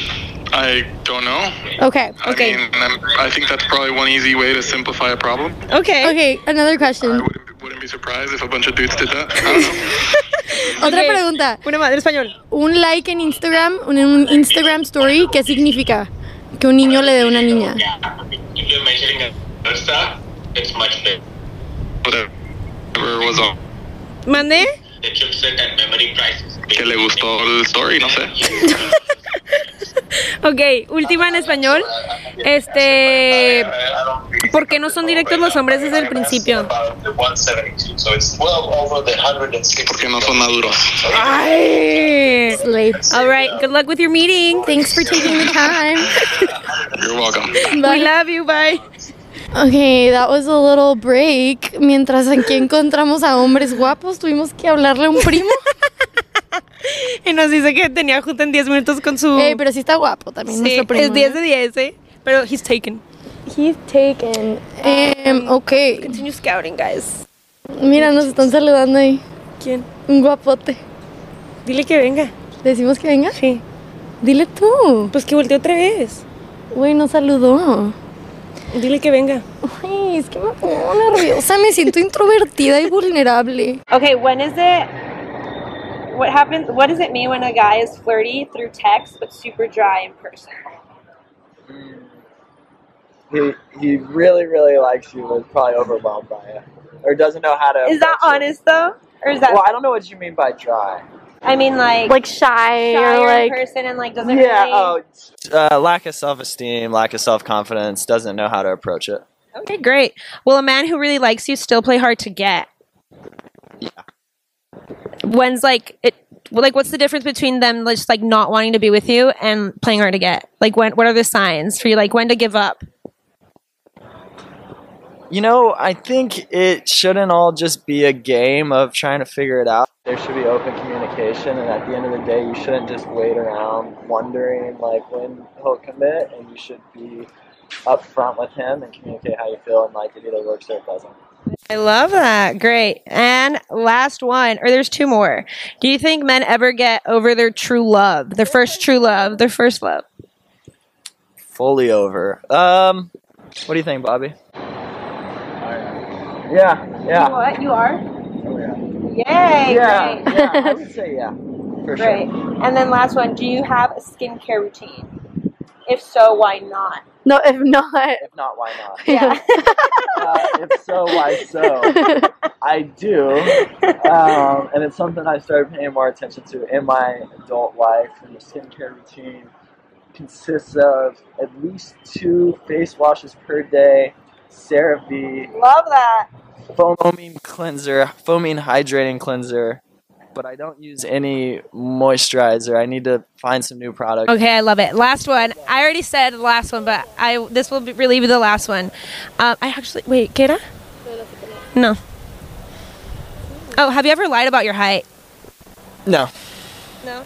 I don't know.
Okay.
I
Okay.
mean, I'm, I think that's probably one easy way to simplify a problem.
Okay.
Ok,
Another
I
question.
wouldn't, wouldn't be surprised if a bunch of dudes did that. I don't know.
Otra
Ok.
pregunta.
Una madre español.
Un like en Instagram, un, un Instagram story, ¿qué significa? Que un niño le dé a una niña.
If you're measuring a Versa, it's much bigger.
Whatever was on.
¿Mandé?
The chipset and memory price is big.
Que le gustó el story, no sé.
Ok, última en español. Este. ¿Por qué no son directos los hombres desde el principio?
About the 172, so it's well over the 160.
Porque no son maduros.
Ah, Ay.
Slay.
All right, good luck with your meeting.
Thanks for taking the time.
You're welcome.
We love you, bye.
Okay, that was a little break. Mientras aquí encontramos a hombres guapos, tuvimos que hablarle a un primo.
Y nos dice que tenía junta en 10 minutos con su.
Ey, Eh, pero sí está guapo también
Sí,
nuestro primo.
es 10
¿eh?
de 10, eh. Pero he's taken.
He's taken. Em, ok.
Continue scouting, guys.
Mira, nos están saludando ahí.
¿Quién?
Un guapote.
Dile que venga.
¿Decimos que venga?
Sí.
Dile tú.
Pues que voltee otra vez.
Güey, no saludó.
Dile que venga.
Ay, es que me pongo nerviosa. Me siento introvertida y vulnerable.
Okay, when is it? What happens? What does it mean when a guy is flirty through text but super dry in person?
He he really really likes you, but is probably overwhelmed by it, or doesn't know how to.
Is that
approach it.
honest though, or is that?
Well, I don't know what you mean by dry.
I mean, like,
Like shy,
shy
or
in
like.
person and like doesn't
Yeah.
really.
Oh, uh, lack of self esteem, lack of self confidence, doesn't know how to approach it.
Okay, great. Will a man who really likes you still play hard to get? When's like it? well, Like, what's the difference between them just like not wanting to be with you and playing hard to get? Like, when? What are the signs for you? Like, when to give up?
You know, I think it shouldn't all just be a game of trying to figure it out. There should be open communication, and at the end of the day, you shouldn't just wait around wondering like when he'll commit, and you should be upfront with him and communicate how you feel, and like it either works or it doesn't.
I love that. Great. And last one, or there's two more. Do you think men ever get over their true love, their first true love, their first love?
Fully over. Um, what do you think, Bobby? Yeah, yeah.
What you are?
Oh, yeah.
Yay!
Yeah,
Great.
yeah, I would say yeah, for
Great.
sure.
And then last one. Do you have a skincare routine? If so, why not?
No, if not.
If not, why not?
Yeah.
uh, if so, why so? I do, um, and it's something I started paying more attention to in my adult life. And the skincare routine consists of at least two face washes per day, CeraVe,
Love that.
foaming cleanser, foaming hydrating cleanser. But I don't use any moisturizer. I need to find some new products.
Okay, I love it. Last one. I already said the last one, but I this will be, really be the last one. Um, I actually wait, Kira? No. Oh, have you ever lied about your height?
No.
No.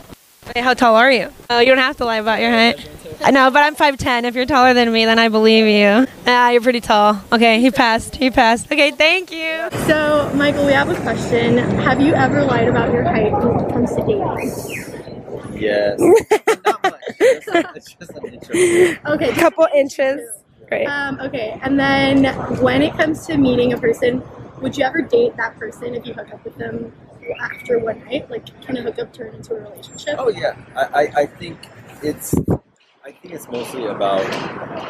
Wait, how tall are you? Oh, you don't have to lie about your height. I know, but I'm 5'10. If you're taller than me, then I believe you. Ah, you're pretty tall. Okay, he passed. He passed. Okay, thank you.
So, Michael, we have a question. Have you ever lied about your height when it comes to dating?
Yes. Not much. It's just- It's just an intro.
Okay.
Couple inches. Great.
Um, okay, and then when it comes to meeting a person, would you ever date that person if you hook up with them after one night? Like, can a hookup turn into a relationship?
Oh yeah, I, I, I think it's I think it's mostly about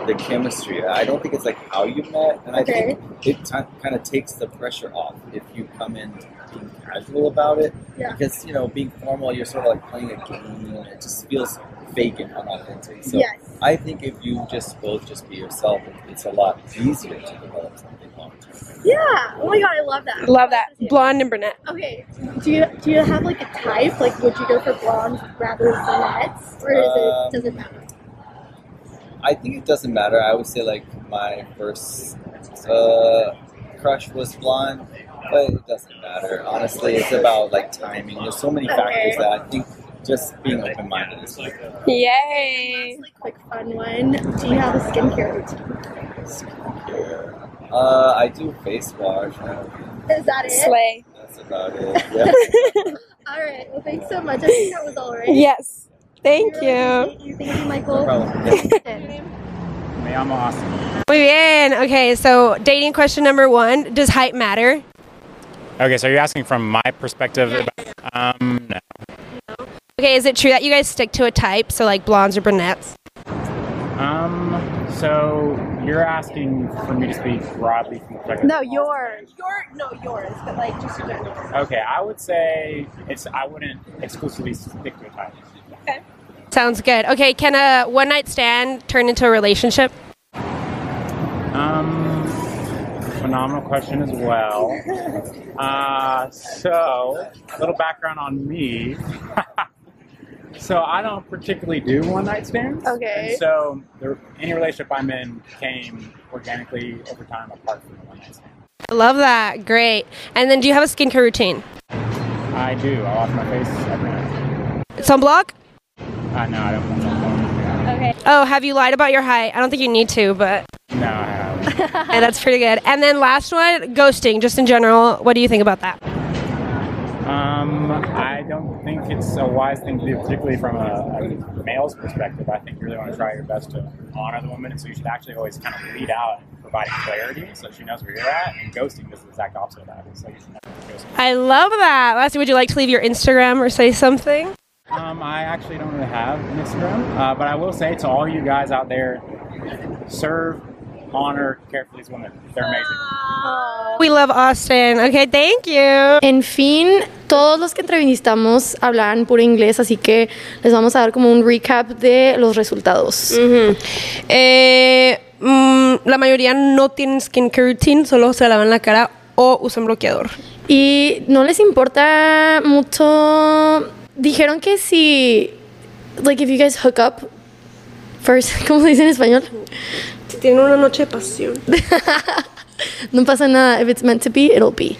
the chemistry. I don't think it's like how you met, and I
Okay.
think it t- kind of takes the pressure off if you come in being casual about it.
Yeah.
Because you know, being formal, you're sort of like playing a game, and it just feels fake and unauthentic. So
Yes.
I think if you just both just be yourself, it, it's a lot easier to develop something long term.
Yeah. Oh my god, I love that.
Love that. Blonde and brunette.
Okay. Do you do you have like a type? Like, would you go for blondes rather than brunettes, or is
Um,
it does it matter?
I think it doesn't matter. I would say like my first uh, crush was blonde, but it doesn't matter. Honestly, it's about like timing. There's so many factors that I think just being open minded is like
Yay.
Like, quick fun one. Do you have a skincare routine?
uh, I do face wash. and
Is that it?
Slay.
That's about it. Yeah.
All right. Well, thanks so much. I think that was all right.
Yes. Thank you.
Thank you, Michael.
Me llamo Austin.
Muy bien. Okay, so dating question number one: Does height matter?
Okay, so you're asking from my perspective. About, um, no.
Okay, is it true that you guys stick to a type, so like blondes or brunettes?
Um, so you're asking for me to speak broadly from the perspective.
No, yours. Your no, yours, but like just yours.
Okay, I would say it's. I wouldn't exclusively stick to a type.
Sounds good. Okay, can a one night stand turn into a relationship?
Um, phenomenal question as well. Uh, so, a little background on me. so, I don't particularly do one night stands.
Okay.
And so, there, any relationship I'm in came organically over time apart from the one night stand.
I love that. Great. And then do you have a skincare routine?
I do. I wash my face every night.
Sunblock?
Uh, no, I don't want to.
Okay. Oh, have you lied about your height? I don't think you need to, but
No, I haven't.
and that's pretty good. And then last one, ghosting, just in general. What do you think about that?
Um, I don't think it's a wise thing to do, particularly from a, a male's perspective. I think you really want to try your best to honor the woman, and so you should actually always kind of lead out and provide clarity so she knows where you're at. And ghosting is the exact opposite of that. So you should never ghost.
I love that. Lastly, would you like to leave your Instagram or say something?
Um, I actually don't really have an Instagram, uh, but I will say to all you guys out there, serve, honor, care for these women. They're amazing.
We love Austin. Okay, thank you.
En fin, todos los que entrevistamos hablaban puro inglés, así que les vamos a dar como un recap de los resultados.
Eh, mm, la mayoría no tienen skincare routine, solo se lavan la cara o usan bloqueador.
Y no les importa mucho. Dijeron que si. Like, if you guys hook up first, ¿cómo se dice en español?
Si tienen una noche de pasión.
No pasa nada. If it's meant to be, it'll be.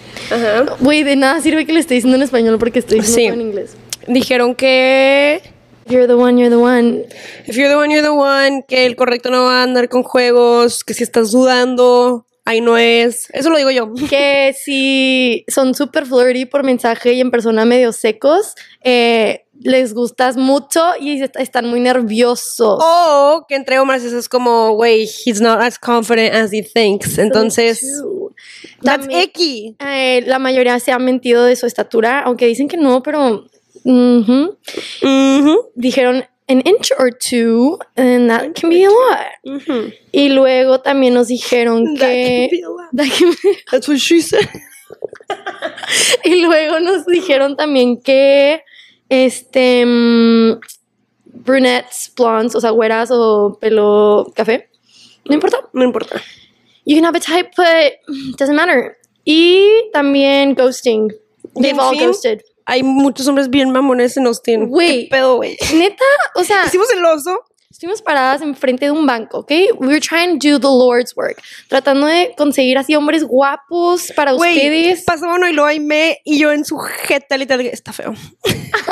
Güey, de nada sirve que le esté diciendo en español porque estoy diciendo
Sí.
todo en inglés.
Dijeron que.
You're the one, you're the one.
If you're the one, you're the one. Que el correcto no va a andar con juegos. Que si estás dudando, ahí no es. Eso lo digo yo.
Que si son super flirty por mensaje y en persona medio secos, eh, les gustas mucho y est- están muy nerviosos.
Oh. O que entre hombres eso es como, güey, he's not as confident as he thinks. Entonces,
That's icky. Eh, la mayoría se ha mentido de su estatura, aunque dicen que no, pero mhm. dijeron an inch or two, and that can be a lot. Y luego también nos dijeron que That can be- y luego nos dijeron también que este mm, brunettes, blondes, o sea, güeras o pelo café. No importa.
No importa.
You can have a type, but doesn't matter. Y también ghosting.
Y
They've
en
all
fin,
ghosted.
hay muchos hombres bien mamones en Austin. Güey. pedo, güey.
Neta, o sea.
Hicimos el oso.
Estuvimos paradas enfrente de un banco, ¿ok? We were trying to do the Lord's work. Tratando de conseguir así hombres guapos para
Güey,
ustedes.
Pasaba uno y lo aimé y yo en su jeta literal, está feo.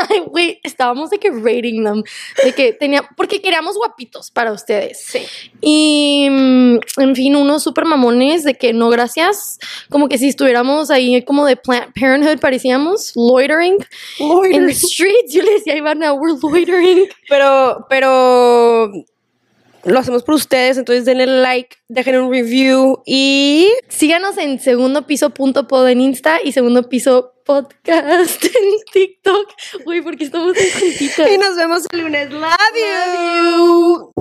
Ay, güey, estábamos de que rating them, de que tenía, porque queríamos guapitos para ustedes. Y, mm, en fin, unos súper mamones de que no gracias, como que si estuviéramos ahí como de Plant Parenthood parecíamos, loitering. In the
Loitering.
streets, yo le decía a Ivana, we're loitering.
Pero, pero lo hacemos por ustedes, entonces denle like, dejen un review y
síganos en segundo piso punto pod en Insta y segundo piso podcast en TikTok. Güey, porque estamos en juntitas.
Y nos vemos el lunes. Love you.